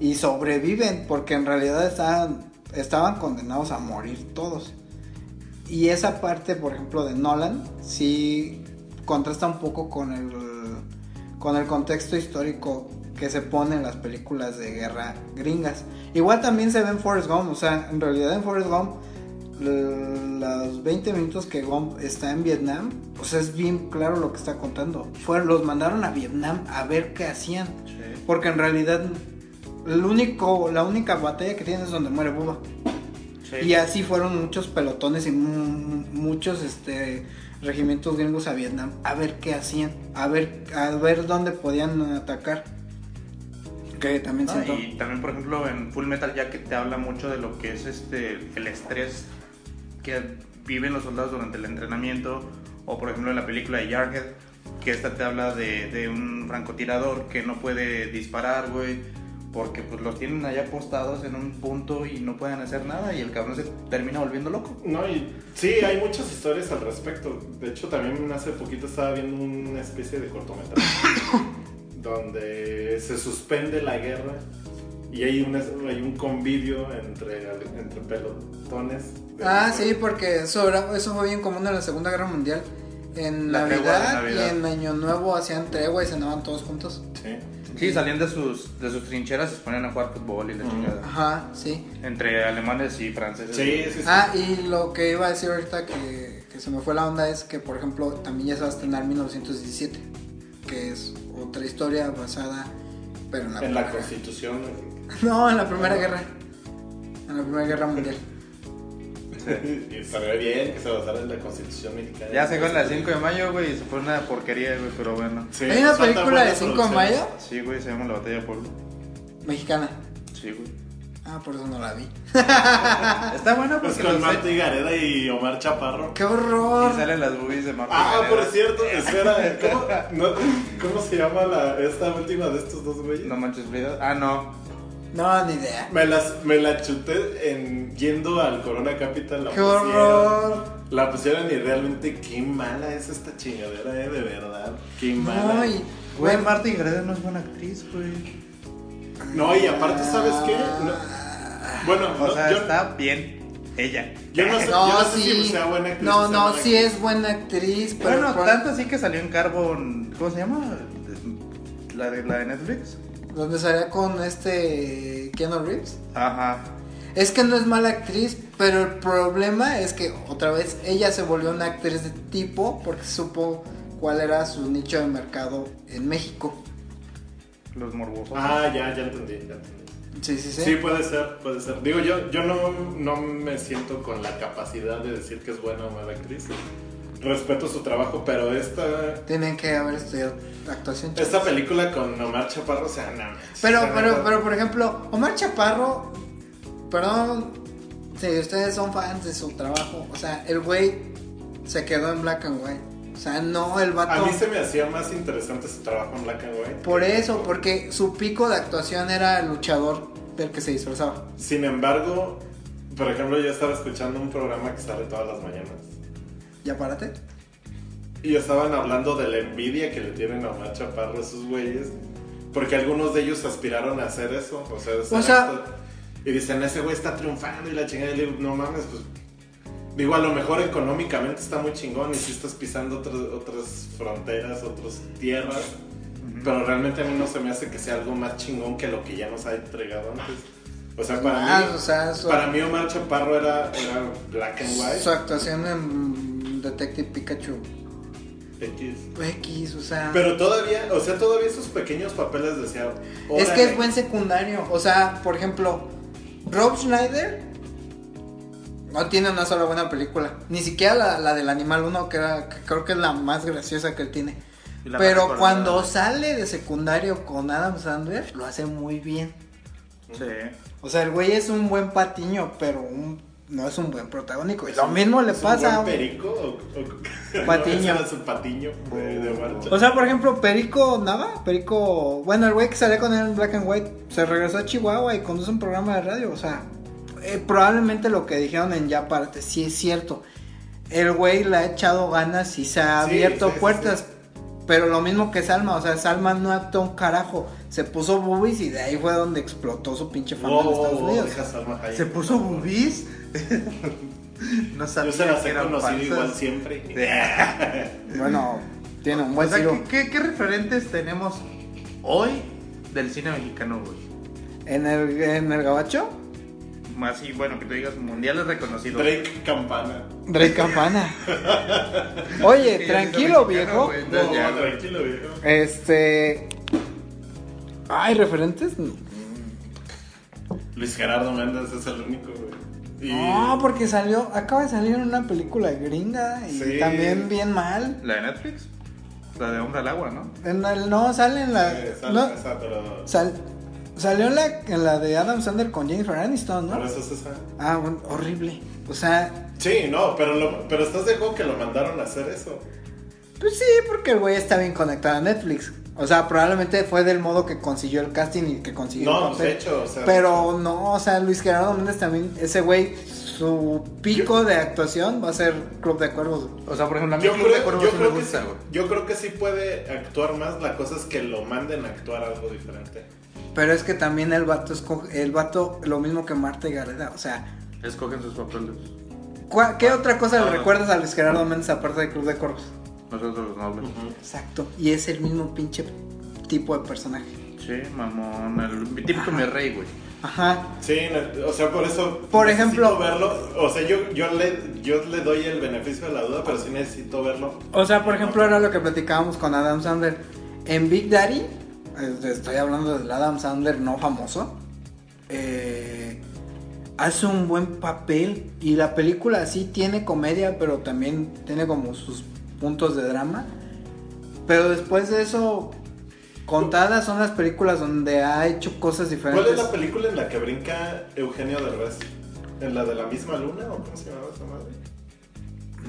Speaker 1: y sobreviven porque en realidad estaban, estaban condenados a morir todos. Y esa parte, por ejemplo, de Nolan, sí contrasta un poco con el, con el contexto histórico que se pone en las películas de guerra gringas. Igual también se ve en Forrest Gump, o sea, en realidad en Forrest Gump, l- los 20 minutos que Gump está en Vietnam, pues es bien claro lo que está contando. Fue, los mandaron a Vietnam a ver qué hacían, porque en realidad el único, la única batalla que tienen es donde muere Bubba. Y así fueron muchos pelotones y mu- muchos este, regimientos gringos a Vietnam a ver qué hacían, a ver, a ver dónde podían atacar. Que también
Speaker 3: Ah,
Speaker 1: siento.
Speaker 3: y también, por ejemplo, en Full Metal Jacket te habla mucho de lo que es este el estrés que viven los soldados durante el entrenamiento. O, por ejemplo, en la película de Jarhead, que esta te habla de, de un francotirador que no puede disparar, güey. Porque pues los tienen allá postados en un punto y no pueden hacer nada y el cabrón se termina volviendo loco.
Speaker 4: No, y sí, hay muchas historias al respecto. De hecho, también hace poquito estaba viendo una especie de <coughs> cortometraje donde se suspende la guerra y hay, una- hay un convivio entre, entre pelotones. de-
Speaker 1: Ah, sí, porque eso, era- eso fue bien común en la Segunda Guerra Mundial. En
Speaker 3: La tregua de
Speaker 1: Navidad,
Speaker 3: Navidad.
Speaker 1: y en Año Nuevo hacían tregua y cenaban todos juntos.
Speaker 4: Sí.
Speaker 3: Sí, salían de sus, de sus trincheras y se ponían a jugar fútbol y la chingada.
Speaker 1: Ajá, sí.
Speaker 3: Entre alemanes y franceses.
Speaker 4: Sí, sí, sí.
Speaker 1: Ah, y lo que iba a decir ahorita que, que se me fue la onda es que, por ejemplo, también ya se va a estrenar 1917, que es otra historia basada, pero en la,
Speaker 4: en
Speaker 1: Primera
Speaker 4: la
Speaker 1: Guerra.
Speaker 4: constitución.
Speaker 1: <laughs> No, en la Primera Guerra. En la Primera Guerra
Speaker 4: <laughs>
Speaker 1: Mundial.
Speaker 4: Y Estaría bien que se basara en la constitución mexicana.
Speaker 3: Ya se fue la 5 de mayo, güey, y se fue una porquería, güey, pero bueno.
Speaker 4: Sí,
Speaker 1: Hay una
Speaker 4: falta
Speaker 1: película de
Speaker 4: buenas
Speaker 1: 5 de
Speaker 4: producciones.
Speaker 1: mayo
Speaker 3: Sí, güey, se llama La Batalla de Puebla.
Speaker 1: mexicana.
Speaker 3: Sí, güey.
Speaker 1: Ah, por eso no la vi.
Speaker 3: Ah, Está buena
Speaker 9: Pues
Speaker 3: porque
Speaker 9: con
Speaker 3: los-
Speaker 9: Marta y Gareda y Omar Chaparro.
Speaker 1: ¡Qué horror!
Speaker 3: y salen las boobies de Marta.
Speaker 4: Ah,
Speaker 3: Gareda.
Speaker 4: por cierto, espera, eh, ¿cómo, no- cómo se llama la, esta última de estos dos güeyes?
Speaker 3: No manches, Frida. Ah, no.
Speaker 1: No, ni idea.
Speaker 4: Me, las, me la chuté en, yendo al Corona Capital. La
Speaker 1: ¡Qué
Speaker 4: pusieron.
Speaker 1: horror!
Speaker 4: La pusieron y realmente qué mala es esta chingadera, eh, de verdad. Qué mala.
Speaker 1: No, y,
Speaker 3: Güey,
Speaker 1: bueno,
Speaker 3: Marta y Gareda no es buena actriz, güey.
Speaker 4: No, y aparte, ¿sabes qué? No- bueno,
Speaker 3: O
Speaker 4: no,
Speaker 3: sea,
Speaker 4: yo,
Speaker 3: está bien ella.
Speaker 4: yo no sé, yo
Speaker 1: No,
Speaker 4: no sé
Speaker 1: sí.
Speaker 4: si sea buena actriz. o
Speaker 1: no,
Speaker 4: sea
Speaker 1: no,
Speaker 4: mala
Speaker 1: sí es buena actriz, pero
Speaker 3: bueno,
Speaker 1: por-
Speaker 3: tanto así que salió en Carbon. ¿Cómo se llama? La de, la de Netflix.
Speaker 1: donde salía con este Keanu Reeves.
Speaker 3: Ajá.
Speaker 1: Es que no es mala actriz, pero el problema es que otra vez ella se volvió una actriz de tipo porque supo cuál era su nicho de mercado en México.
Speaker 10: Los morbosos.
Speaker 4: Ah, ya, ya entendí, ya entendí.
Speaker 1: Sí, sí, sí.
Speaker 4: Sí, puede ser, puede ser. Digo, yo, yo no, no me siento con la capacidad de decir que es buena o mala actriz. Respeto su trabajo, pero esta,
Speaker 1: Tienen que haber estudiado actuación.
Speaker 4: esta película con Omar Chaparro, o sea, nada.
Speaker 1: Pero, pero, pero, por ejemplo, Omar Chaparro, perdón si ustedes son fans de su trabajo, o sea, el güey se quedó en black and white. O sea, no, el vato...
Speaker 4: A mí se me hacía más interesante su trabajo en Black and White.
Speaker 1: Por eso, porque su pico de actuación era el luchador del que se disfrazaba.
Speaker 4: Sin embargo, por ejemplo, yo estaba escuchando un programa que sale todas las mañanas.
Speaker 1: ¿Ya párate?
Speaker 4: Y estaban hablando de la envidia que le tienen a Omar Chaparro esos güeyes. Porque algunos de ellos aspiraron a hacer eso. O sea, ser
Speaker 1: O sea-
Speaker 4: actor. y dicen, ese güey está triunfando y la chingada. Y le digo, no mames, pues. Digo, a lo mejor económicamente está muy chingón y si estás pisando otras, otras fronteras, otras tierras. Pero realmente a mí no se me hace que sea algo más chingón que lo que ya nos ha entregado antes. O sea, para
Speaker 1: Ah,
Speaker 4: mí.
Speaker 1: o sea, su,
Speaker 4: Para mí Omar Chaparro era, era black and
Speaker 1: su
Speaker 4: white.
Speaker 1: actuación en Detective Pikachu
Speaker 4: X.
Speaker 1: X, o sea...
Speaker 4: Pero todavía, o sea, todavía esos pequeños papeles decía.
Speaker 1: es
Speaker 4: órale.
Speaker 1: que es buen secundario. O sea, por ejemplo, Rob Schneider no tiene una sola buena película. Ni siquiera la, la del Animal 1, que, era, que creo que es la más graciosa que él tiene.
Speaker 3: Y la
Speaker 1: Pero
Speaker 3: mejor,
Speaker 1: cuando
Speaker 3: ¿no?
Speaker 1: sale de secundario con Adam Sandler, lo hace muy bien.
Speaker 3: Sí.
Speaker 1: O sea, el güey es un buen patiño, pero un- no es un buen protagónico. Y
Speaker 4: ¿Es
Speaker 1: lo
Speaker 4: un-
Speaker 1: mismo le
Speaker 4: pues, es un
Speaker 1: pasa.
Speaker 4: buen perico? O, <laughs> o-
Speaker 1: Patiño.
Speaker 4: No, ese era su patiño de, de Omar Chaparro.
Speaker 1: O sea, por ejemplo, Perico Nava, Perico, bueno, el güey que salía con él en Black and White, se regresó a Chihuahua y conduce un programa de radio, o sea, eh, probablemente lo que dijeron en Ya Parte, sí es cierto. El güey le ha echado ganas y se ha
Speaker 4: Sí,
Speaker 1: abierto
Speaker 4: sí, sí,
Speaker 1: puertas, pero lo mismo que Salma, o sea, Salma no actuó un carajo, se puso boobies y de ahí fue donde explotó su pinche fama
Speaker 4: Wow,
Speaker 1: en Estados
Speaker 4: wow, wow,
Speaker 1: Unidos.
Speaker 4: Oh, deja a Salma Hayek.
Speaker 3: ¿Se puso boobies? <laughs> no sabía
Speaker 4: Yo se las
Speaker 3: que
Speaker 4: he
Speaker 3: eran
Speaker 4: conocido
Speaker 3: falsas.
Speaker 4: igual
Speaker 3: <laughs>
Speaker 4: siempre.
Speaker 1: Bueno, tiene un buen
Speaker 3: O sea,
Speaker 1: giro.
Speaker 3: ¿qué, qué, qué referentes tenemos hoy del cine mexicano, güey?
Speaker 1: En el, en el gabacho,
Speaker 3: Más y bueno, que tú digas mundiales reconocidos.
Speaker 4: Drake Campana.
Speaker 1: Drake Campana. <laughs> Oye,
Speaker 3: Sí,
Speaker 1: tranquilo,
Speaker 3: es mexicano,
Speaker 1: viejo.
Speaker 3: güey,
Speaker 4: No,
Speaker 3: entonces ya, güey.
Speaker 4: tranquilo, viejo.
Speaker 1: Este. Ay, referentes.
Speaker 4: Luis Gerardo Méndez es el único, güey. Y-
Speaker 1: No, porque salió. Acaba de salir una película gringa y
Speaker 4: Sí.
Speaker 1: también bien mal.
Speaker 3: La de Netflix. La de Hombre al Agua, ¿no?
Speaker 1: En el- no, sale en la.
Speaker 4: Eh,
Speaker 1: no,
Speaker 4: Salma, esa, pero-
Speaker 1: sal- salió en la, en la de Adam Sandler con James Aniston,
Speaker 4: pero
Speaker 1: ¿no?
Speaker 4: eso es esa.
Speaker 1: Ah, bueno, horrible. O sea,
Speaker 4: Sí, no, pero, lo- pero estás de acuerdo que lo mandaron a hacer eso.
Speaker 1: pues sí, porque el güey está bien conectado a Netflix. O sea, probablemente fue del modo que consiguió el casting y que consiguió el
Speaker 4: No, pues,
Speaker 1: papel.
Speaker 4: de hecho, o sea,
Speaker 1: Pero no, o sea, Luis Gerardo Méndez también, ese güey, su pico de actuación va a ser Club de Cuervos.
Speaker 3: O sea, por ejemplo, a mí
Speaker 4: yo
Speaker 3: Club de
Speaker 4: creo,
Speaker 3: Cuervos
Speaker 4: yo
Speaker 3: sí me
Speaker 4: creo que
Speaker 3: gusta,
Speaker 4: sí,
Speaker 3: güey.
Speaker 4: yo creo que sí puede actuar más, la cosa es que lo manden a actuar algo diferente.
Speaker 1: Pero es que también el vato, escoge- el vato lo mismo que Marta y Gareda. O sea,
Speaker 3: Escogen sus papeles.
Speaker 1: ¿cuá- ¿qué otra cosa le
Speaker 3: Ah.
Speaker 1: recuerdas a Luis Gerardo Méndez aparte de Club de Cuervos?
Speaker 3: Nosotros los nobles.
Speaker 1: Exacto. Y es el mismo pinche tipo de personaje.
Speaker 3: Sí, mamón. El típico mi rey, güey.
Speaker 1: Ajá.
Speaker 4: Sí, no, o sea, por eso
Speaker 1: Por
Speaker 4: necesito
Speaker 1: ejemplo-
Speaker 4: verlo, o sea, yo, yo, le, yo le doy el beneficio de la duda, pero sí necesito verlo.
Speaker 1: O sea, por ejemplo, era lo que platicábamos con Adam Sandler. En Big Daddy, eh, estoy hablando del Adam Sandler no famoso, eh, hace un buen papel y la película sí tiene comedia, pero también tiene como sus puntos de drama. Pero después de eso, contadas son las películas donde ha hecho cosas diferentes.
Speaker 4: ¿Cuál es la película en la que brinca Eugenio Derbez? ¿En la de la misma luna o cómo se llamaba esa madre?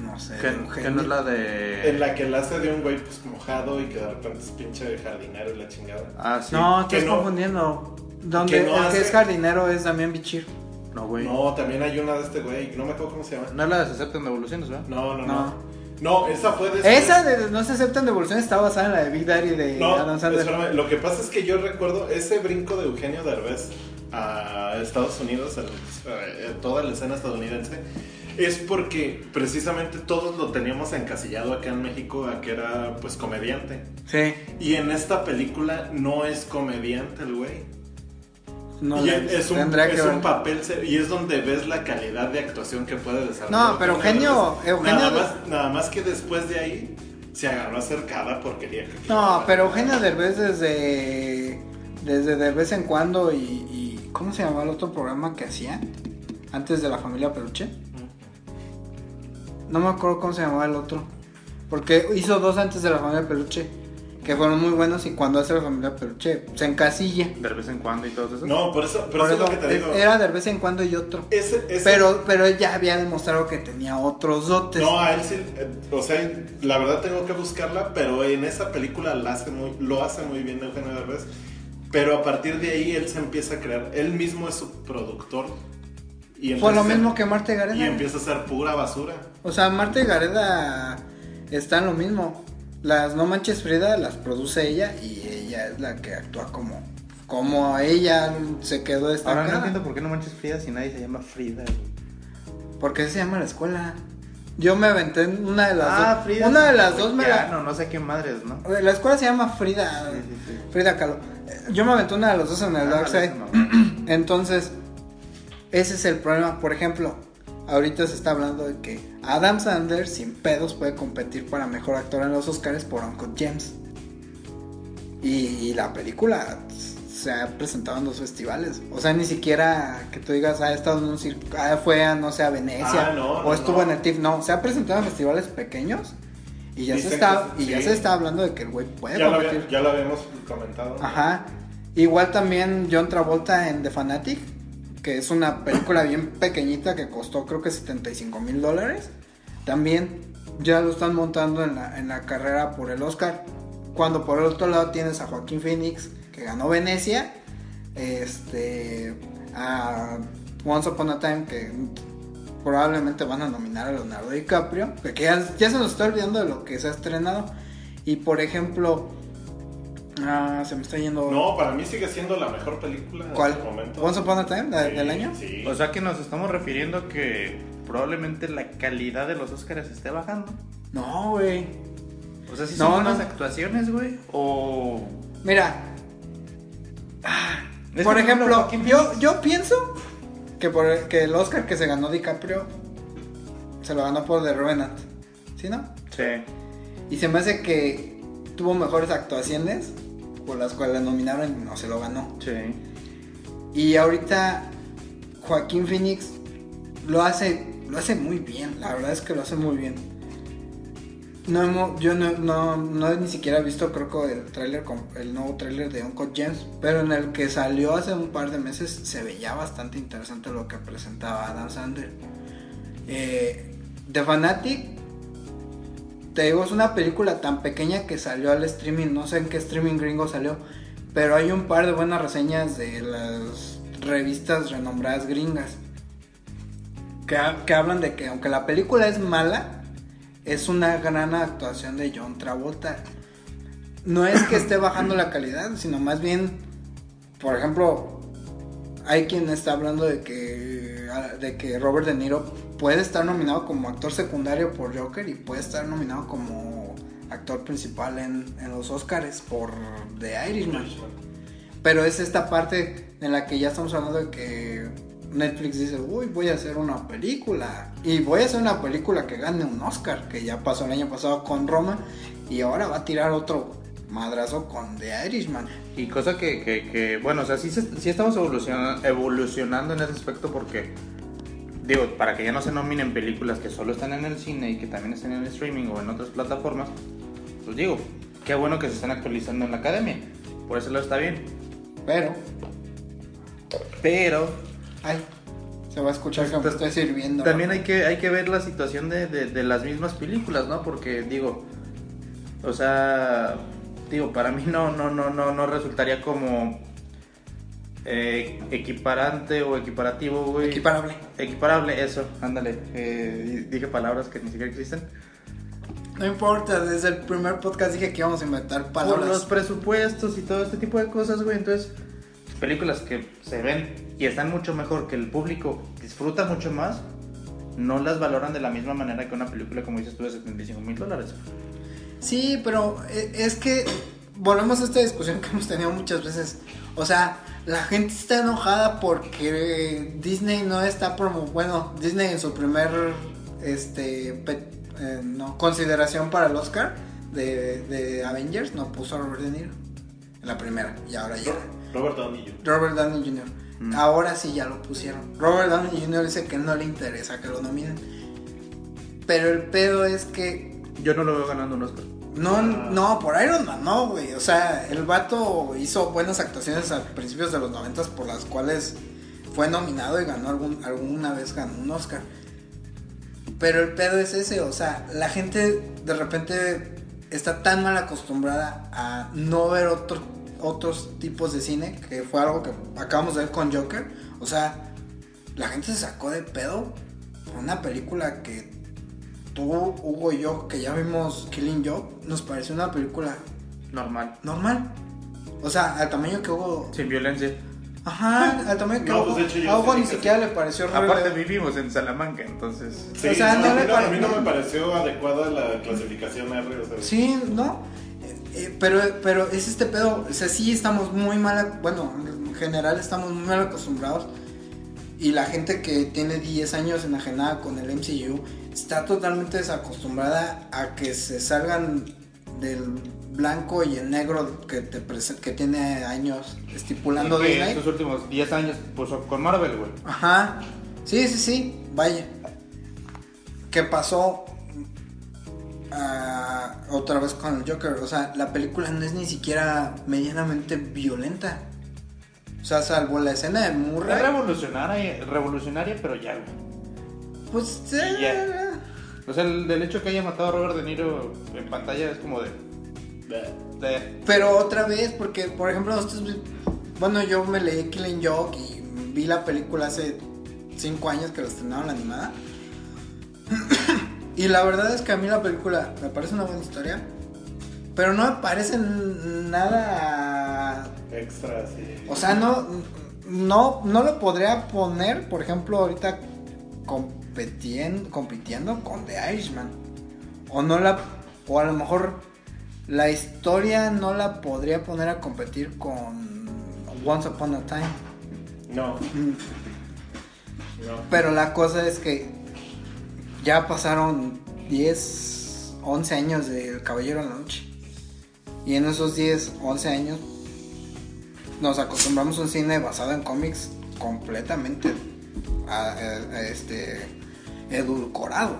Speaker 1: No sé.
Speaker 3: Que,
Speaker 1: Eugenio.
Speaker 3: que no es la
Speaker 4: En
Speaker 3: de.
Speaker 4: la que la hace de un güey pues mojado y que de repente es pinche jardinero y la chingada.
Speaker 3: Ah, sí.
Speaker 1: No,
Speaker 4: que
Speaker 1: estás
Speaker 4: no-
Speaker 1: confundiendo. Donde
Speaker 4: no
Speaker 1: el que
Speaker 4: hace-
Speaker 1: es jardinero es también Bichir.
Speaker 3: No, güey. No.
Speaker 4: No, también hay una de este güey, no me acuerdo cómo se llama.
Speaker 3: es la de Se aceptan devoluciones, ¿verdad?
Speaker 4: No, no, no.
Speaker 1: No.
Speaker 4: No, esa fue de...
Speaker 1: Esa de No se aceptan devoluciones está basada en la de Big Daddy de
Speaker 4: No,
Speaker 1: Adam Sandler.
Speaker 4: espérame, lo que pasa es que yo recuerdo ese brinco de Eugenio Derbez a Estados Unidos, a a- a toda la escena estadounidense, es porque precisamente todos lo teníamos encasillado acá en México a que era pues comediante.
Speaker 1: Sí.
Speaker 4: Y en esta película no es comediante el güey.
Speaker 1: no
Speaker 4: Y
Speaker 1: la-
Speaker 4: es un,
Speaker 1: tendría
Speaker 4: es
Speaker 1: que
Speaker 4: un
Speaker 1: ver.
Speaker 4: papel se- y es donde ves la calidad de actuación que puede desarrollar.
Speaker 1: No, pero
Speaker 4: Porque nada
Speaker 1: Eugenio-
Speaker 4: más-
Speaker 1: Eugenio-
Speaker 4: Nada más, nada más que después de ahí se agarró a hacer cada porquería. que
Speaker 1: No,
Speaker 4: quería.
Speaker 1: pero Eugenio Derbez desde, desde de vez en cuando y, y- ¿Cómo se llamaba el otro programa que hacían? Antes de la familia Peluche. No me acuerdo cómo se llamaba el otro. Porque hizo dos antes de la familia Peluche. Que fueron muy buenos y cuando hace la familia Peluche se encasilla.
Speaker 3: De vez en cuando y todo eso.
Speaker 4: No, por eso, por
Speaker 1: Por
Speaker 4: eso, es lo
Speaker 1: eso,
Speaker 4: que te digo.
Speaker 1: era de vez en cuando y otro.
Speaker 4: Ese- ese-
Speaker 1: Pero, pero él ya había demostrado que tenía otros dotes.
Speaker 4: No, a él sí. eh, O sea, la verdad tengo que buscarla, pero en esa película la hace muy, lo hace muy bien Eugenio Derbez. Pero a partir de ahí él se empieza a crear. Él mismo es su productor. Y
Speaker 1: Fue lo
Speaker 4: empieza-
Speaker 1: mismo que Marte Gareda.
Speaker 4: Y empieza a ser pura basura.
Speaker 1: O sea, Marta y Gareda están lo mismo. Las No Manches Frida las produce ella y ella es la que actúa como como ella se quedó
Speaker 3: Ahora no
Speaker 1: destacada.
Speaker 3: entiendo por qué no manches Frida si nadie se llama Frida. güey.
Speaker 1: Porque así se llama la escuela. Yo me aventé en una de las dos.
Speaker 3: Ah, Frida
Speaker 1: una de
Speaker 3: es
Speaker 1: las dos me la-
Speaker 3: mexicano, No sé qué madres, ¿no?
Speaker 1: La escuela se llama Frida.
Speaker 3: Sí, sí, sí.
Speaker 1: Frida Kahlo. Eh, Yo me aventé una de las dos en el
Speaker 3: Ah,
Speaker 1: Dark Side.
Speaker 3: esa mamá.
Speaker 1: <clears throat> Entonces, ese es el problema. Por ejemplo, ahorita se está hablando de que Adam Sandler sin pedos puede competir para mejor actor en los Oscars por Uncle James. Y, y la película se ha presentado en dos festivales. O sea, ni siquiera que tú digas, ah, estado en un circo, ah, fue a, no sé, a Venecia.
Speaker 4: Ah, no,
Speaker 1: o
Speaker 4: no,
Speaker 1: estuvo
Speaker 4: no.
Speaker 1: en el TIFF. No, se ha presentado en festivales pequeños. Y ya, se
Speaker 4: Dicen
Speaker 1: está,
Speaker 4: que-
Speaker 1: y ya
Speaker 4: sí.
Speaker 1: se está hablando de que el güey puede
Speaker 4: Ya lo,
Speaker 1: competir.
Speaker 4: había- ya lo habíamos comentado.
Speaker 1: Ajá. Igual también John Travolta en The Fanatic, que es una película bien pequeñita que costó creo que 75 mil dólares. También ya lo están montando en la, en la carrera por el Oscar. Cuando por el otro lado tienes a Joaquín Phoenix, que ganó Venecia. Este. A Once Upon a Time, que probablemente van a nominar a Leonardo DiCaprio. Que que ya, ya se nos está olvidando de lo que se ha estrenado. Y por ejemplo. Ah, se me está yendo.
Speaker 4: No, para mí sigue siendo la mejor película
Speaker 1: ¿Cuál?
Speaker 4: hasta el momento.
Speaker 1: Once Upon a Time, la-
Speaker 4: Sí,
Speaker 1: del año. Pues,
Speaker 4: Sí.
Speaker 3: O sea que nos estamos refiriendo que probablemente la calidad de los Óscares esté bajando.
Speaker 1: No, güey.
Speaker 3: O sea, si
Speaker 1: No,
Speaker 3: son buenas
Speaker 1: no.
Speaker 3: actuaciones, güey. O.
Speaker 1: Mira. ah,
Speaker 3: Es
Speaker 1: por
Speaker 3: que, por ejemplo,
Speaker 1: ejemplo,
Speaker 3: Joaquín
Speaker 1: yo,
Speaker 3: Phoenix-
Speaker 1: yo pienso que, por, que el Oscar que se ganó DiCaprio se lo ganó por The Revenant. ¿Sí, no?
Speaker 3: Sí.
Speaker 1: Y se me hace que tuvo mejores actuaciones por las cuales la nominaron y no se lo ganó.
Speaker 3: Sí.
Speaker 1: Y ahorita Joaquín Phoenix lo hace, lo hace muy bien, la verdad es que lo hace muy bien. No hemos- yo no, no, no he ni siquiera visto creo que el tráiler com- el nuevo tráiler de Uncle James, pero en el que salió hace un par de meses se veía bastante interesante lo que presentaba Adam Sandler. Eh, The Fanatic, te digo, es una película tan pequeña que salió al streaming, no sé en qué streaming gringo salió, pero hay un par de buenas reseñas de las revistas renombradas gringas que, ha- que hablan de que aunque la película es mala, es una gran actuación de John Travolta. No es que esté bajando la calidad, sino más bien, por ejemplo, hay quien está hablando de que, ah, de que Robert De Niro puede estar nominado como actor secundario por Joker y puede estar nominado como actor principal en, en los Oscars por The Irishman. Pero es esta parte en la que ya estamos hablando de que Netflix dice, uy, voy a hacer una película. Y voy a hacer una película que gane un Oscar, que ya pasó el año pasado con Roma. Y ahora va a tirar otro madrazo con The Irishman.
Speaker 3: Y cosa que, que- que, bueno, o sea, sí, se- sí estamos evolucionando, evolucionando en ese aspecto porque, digo, para que ya no se nominen películas que solo están en el cine y que también están en el streaming o en otras plataformas, pues digo, qué bueno que se están actualizando en la academia. Por eso lo está bien.
Speaker 1: Pero,
Speaker 3: Pero
Speaker 1: ay, se va a escuchar que me
Speaker 3: Entonces,
Speaker 1: estoy sirviendo.
Speaker 3: también hay que, hay que ver la situación de, de- de las mismas películas, ¿no? Porque, digo, o sea, digo, para mí no, no, no, no, no resultaría como eh, equiparante o equiparativo, güey.
Speaker 1: Equiparable.
Speaker 3: Equiparable, eso, ándale. Eh, dije palabras que ni siquiera existen.
Speaker 1: No importa, desde el primer podcast dije que íbamos a inventar
Speaker 3: Por los
Speaker 1: palabras.
Speaker 3: presupuestos y todo este tipo de cosas, güey. Entonces, películas que se ven y están mucho mejor, que el público disfruta mucho más, no las valoran de la misma manera que una película, como dices tú, de 75 mil dólares.
Speaker 1: Sí, pero e- eh, es que volvemos a esta discusión que hemos tenido muchas veces. O sea, la gente está enojada porque Disney no está promo... Bueno, Disney en su primer, este, pe- eh, no, consideración para el Oscar de, de Avengers no puso a Robert De Niro. En la primera, y ahora ya.
Speaker 4: Robert Downey Jr.
Speaker 1: Robert Downey Jr. Ahora sí ya lo pusieron. Robert Downey Jr. dice que no le interesa que lo nominen. Pero el pedo es que
Speaker 3: Yo no lo veo ganando un Oscar.
Speaker 1: no, no, por Iron Man, no, güey. O sea, el vato hizo buenas actuaciones a principios de los noventas por las cuales fue nominado y ganó algún, alguna vez ganó un Oscar. Pero el pedo es ese, o sea, la gente de repente está tan mal acostumbrada a no ver otro- otros tipos de cine, que fue algo que acabamos de ver con Joker. O sea, la gente se sacó de pedo por una película que tú, Hugo y yo, que ya vimos Killing Joke, nos pareció una película
Speaker 3: Normal.
Speaker 1: normal. O sea, al tamaño que Hugo...
Speaker 3: Sin violencia.
Speaker 1: Ajá, al tamaño que
Speaker 4: No,
Speaker 1: Hugo...
Speaker 4: pues, de hecho, yo
Speaker 1: a Hugo
Speaker 4: sé
Speaker 1: ni
Speaker 4: que-
Speaker 1: siquiera le pareció horrible.
Speaker 3: Aparte vivimos en Salamanca, entonces.
Speaker 4: Sí,
Speaker 1: O sea, no
Speaker 4: a mí
Speaker 1: le
Speaker 4: a mí
Speaker 1: pare-
Speaker 4: no me pareció adecuada la clasificación R. O sea,
Speaker 1: Sí, ¿no? Eh, eh, pero, pero es este pedo, o sea, sí estamos muy mal, ac- bueno, en general estamos muy mal acostumbrados y la gente que tiene 10 años enajenada con el MCU está totalmente desacostumbrada a que se salgan del blanco y el negro que, te prese- que tiene años estipulando
Speaker 3: Sí, que
Speaker 1: Disney.
Speaker 3: estos últimos 10 años, pues con Marvel, güey.
Speaker 1: Ajá. Sí, sí, sí. Vaya. ¿Qué pasó? Ah, otra vez con el Joker. O sea, la película no es ni siquiera medianamente violenta. O sea, salvo la escena de
Speaker 3: Fue
Speaker 1: Murray.
Speaker 3: revolucionaria, revolucionaria, pero ya, güey.
Speaker 1: Pues. eh,
Speaker 3: Ya. O sea, el, del hecho que haya matado a Robert De Niro en pantalla es como de. de-
Speaker 1: Pero otra vez, porque, por ejemplo, nosotros- Bueno, yo me leí Killing Joke y vi la película hace cinco años que la estrenaron la animada. <clears throat> Y la verdad es que a mí la película me parece una buena historia. Pero no me parece n- nada.
Speaker 4: Extra, sí.
Speaker 1: O sea, no. No, no lo podría poner, por ejemplo, ahorita competien- compitiendo con The Irishman. O no la. O a lo mejor la historia no la podría poner a competir con Once Upon a Time.
Speaker 4: No,
Speaker 1: Pero la cosa es que ya pasaron 10, 11 años del Caballero de la Noche. Y en esos 10, 11 años nos acostumbramos a un cine basado en cómics completamente a- a- a este, edulcorado.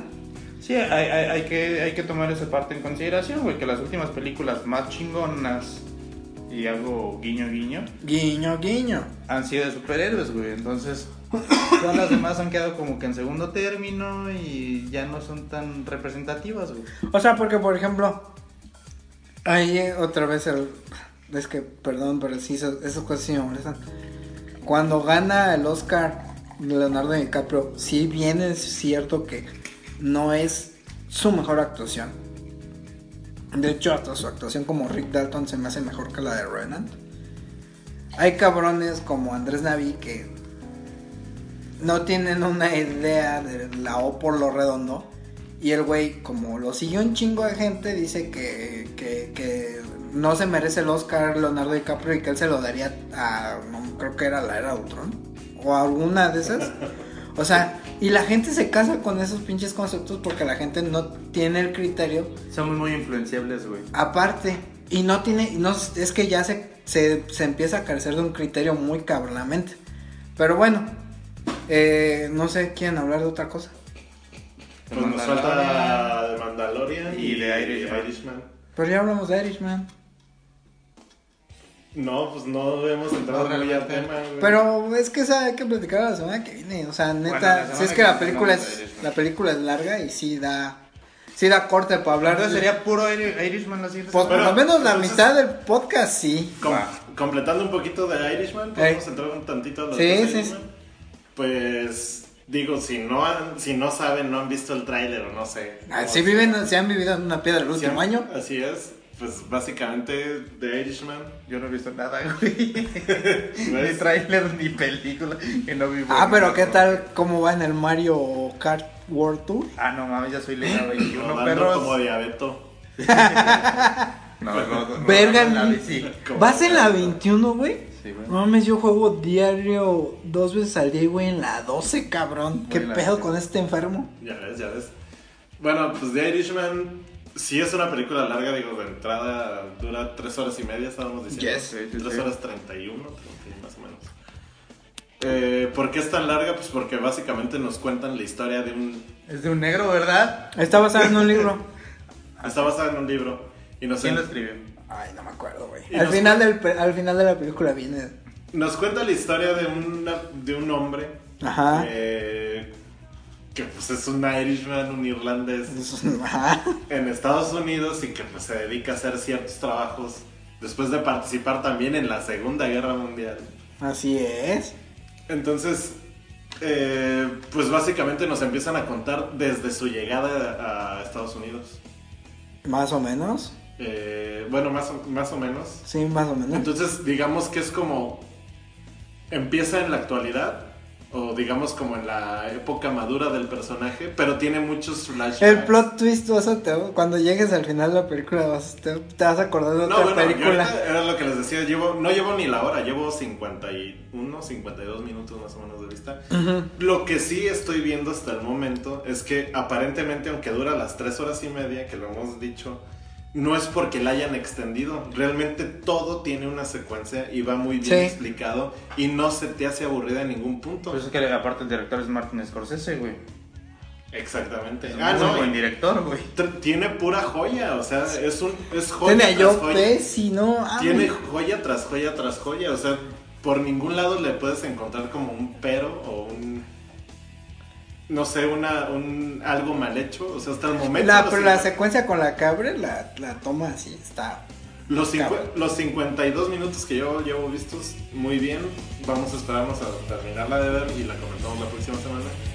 Speaker 3: Sí, hay, hay- hay que, hay que tomar esa parte en consideración, güey. Que las últimas películas más chingonas y algo guiño guiño
Speaker 1: Guiño, guiño.
Speaker 3: han sido de superhéroes, güey. Entonces, todas las demás han quedado como que en segundo término y ya no son tan representativas, güey.
Speaker 1: O sea, porque por ejemplo, ahí eh, otra vez el. Es que, perdón, pero sí, eso- esas cosas sí me molestan. Cuando gana el Oscar Leonardo DiCaprio, sí bien es cierto que no es su mejor actuación. De hecho, hasta su actuación como Rick Dalton se me hace mejor que la de Revenant. Hay cabrones como Andrés Navi que no tienen una idea de la O por lo redondo. Y el güey, como lo siguió un chingo de gente, dice que, que- que no se merece el Oscar Leonardo DiCaprio y que él se lo daría a, no, creo que era la era de Ultron, o a alguna de esas. O sea, y la gente se casa con esos pinches conceptos porque la gente no tiene el criterio
Speaker 3: Somos muy influenciables, güey.
Speaker 1: aparte y no tiene no es que ya se, se, se empieza a carecer de un criterio muy cabronamente pero bueno eh, no sé quieren hablar de otra cosa
Speaker 4: pues nos falta The Mandalorian
Speaker 3: Y de Irishman.
Speaker 1: pero ya hablamos de Irishman
Speaker 4: No, pues no hemos entrado
Speaker 3: No,
Speaker 4: muy al
Speaker 3: realmente.
Speaker 4: tema. güey.
Speaker 1: pero es que esa hay que platicar la semana que viene o sea
Speaker 3: Bueno, la
Speaker 1: neta
Speaker 3: semana
Speaker 1: si es que
Speaker 3: que
Speaker 1: la
Speaker 3: viene
Speaker 1: película
Speaker 3: hablamos
Speaker 1: es
Speaker 3: de Irishman.
Speaker 1: la película es larga y sí da sí da corte para hablar
Speaker 3: Ahora
Speaker 1: de-
Speaker 3: sería puro Iri- Irishman la siguiente
Speaker 1: por, por
Speaker 3: semana.
Speaker 1: lo menos la
Speaker 4: entonces-
Speaker 1: mitad del podcast sí
Speaker 4: Com-
Speaker 3: Va.
Speaker 4: completando un poquito de Irishman, podemos
Speaker 1: Eh.
Speaker 4: entrar un tantito a los
Speaker 1: Sí,
Speaker 4: de
Speaker 1: sí,
Speaker 4: Irishman? Pues digo, si no han- si no saben, no han visto el tráiler o no sé.
Speaker 1: Ah,
Speaker 4: O
Speaker 1: si
Speaker 4: sea,
Speaker 1: viven si han vivido en una piedra el
Speaker 4: si
Speaker 1: último
Speaker 4: han-
Speaker 1: año
Speaker 4: Así es. Pues básicamente The Irishman.
Speaker 3: Yo no he visto nada, güey. ni
Speaker 4: ¿Ves?
Speaker 3: trailer, ni película. Que no vivo.
Speaker 1: ah pero qué
Speaker 3: No.
Speaker 1: tal cómo va en el Mario Kart World Tour
Speaker 3: Ah, no mames, ya soy legal 21,
Speaker 4: rodando
Speaker 3: perros.
Speaker 4: como diabeto.
Speaker 3: No, no, no,
Speaker 1: Verga,
Speaker 3: en la
Speaker 1: güey.
Speaker 3: bici.
Speaker 1: ¿Vas en la 21, güey?
Speaker 3: Sí, güey.
Speaker 1: No mames, yo juego diario dos veces al día, güey, en la 12, cabrón. ¿Qué
Speaker 3: Güey, la
Speaker 1: pedo
Speaker 3: neta.
Speaker 1: con este enfermo?
Speaker 4: Ya ves, ya ves. Bueno, pues The Irishman sí es una película larga, digo, de entrada dura 3 horas y media, estábamos diciendo.
Speaker 1: Yes.
Speaker 3: Sí, sí,
Speaker 4: 3
Speaker 3: sí.
Speaker 4: horas 31, 31 más o menos. Eh, ¿Por qué es tan larga? Pues porque básicamente nos cuentan la historia de un...
Speaker 3: Es de un negro, ¿verdad?
Speaker 1: Está basado en un libro.
Speaker 4: Está basada en un libro. Y nos,
Speaker 3: Ah, ¿Quién lo escribió?
Speaker 1: Ay, no me acuerdo, güey.
Speaker 4: Y
Speaker 1: Al,
Speaker 4: nos-
Speaker 1: final del pe- al final de la película viene.
Speaker 4: nos cuenta la historia de, una, de un hombre
Speaker 3: Ah.
Speaker 1: Ajá.
Speaker 4: eh, que pues es un Irishman, un irlandés.
Speaker 1: Ajá.
Speaker 4: en Estados Unidos y que pues, se dedica a hacer ciertos trabajos después de participar también en la Segunda Guerra Mundial.
Speaker 1: <laughs> Así es.
Speaker 4: Entonces, eh, pues básicamente nos empiezan a contar desde su llegada a Estados Unidos.
Speaker 1: Más o menos.
Speaker 4: Eh, bueno, más o, más o menos.
Speaker 1: Sí, más o menos.
Speaker 4: Entonces, digamos que es como empieza en la actualidad. O digamos como en la época madura del personaje, pero tiene muchos flashbacks.
Speaker 1: El plot twist, vas a te- cuando llegues al final de la película, vas a te, te vas a acordar de
Speaker 4: No,
Speaker 1: otra
Speaker 4: bueno,
Speaker 1: película.
Speaker 4: yo ahorita era lo que les decía, llevo, no llevo ni la hora, llevo 51, 52 minutos más o menos de vista.
Speaker 1: Ujú.
Speaker 4: Lo que sí estoy viendo hasta el momento es que aparentemente, aunque dura las 3 horas y media, que lo hemos dicho, no es porque la hayan extendido. Realmente todo tiene una secuencia y va muy bien
Speaker 1: Sí.
Speaker 4: explicado y no se te hace aburrida en ningún punto.
Speaker 3: Pues es que aparte el director es Martin Scorsese, güey.
Speaker 4: Exactamente.
Speaker 3: Es un
Speaker 4: Ah,
Speaker 3: muy
Speaker 4: no,
Speaker 3: buen
Speaker 4: y
Speaker 3: director, güey.
Speaker 4: tr- tiene pura joya, o sea, es un es joya.
Speaker 1: Tiene a
Speaker 4: tras
Speaker 1: Joe
Speaker 4: joya.
Speaker 1: Pesci, ¿no? Ah,
Speaker 4: Tiene
Speaker 1: güey.
Speaker 4: joya tras joya tras joya, o sea, por ningún lado le puedes encontrar como un pero o un no sé, una un algo mal hecho, o sea, hasta el momento
Speaker 1: La,
Speaker 4: los,
Speaker 1: pero la
Speaker 4: cincu-
Speaker 1: secuencia con la cabre, la, la toma así, está.
Speaker 4: los, cincu- los 52 minutos que yo llevo vistos muy bien. Vamos a esperarnos a terminarla de ver y la comentamos la próxima semana.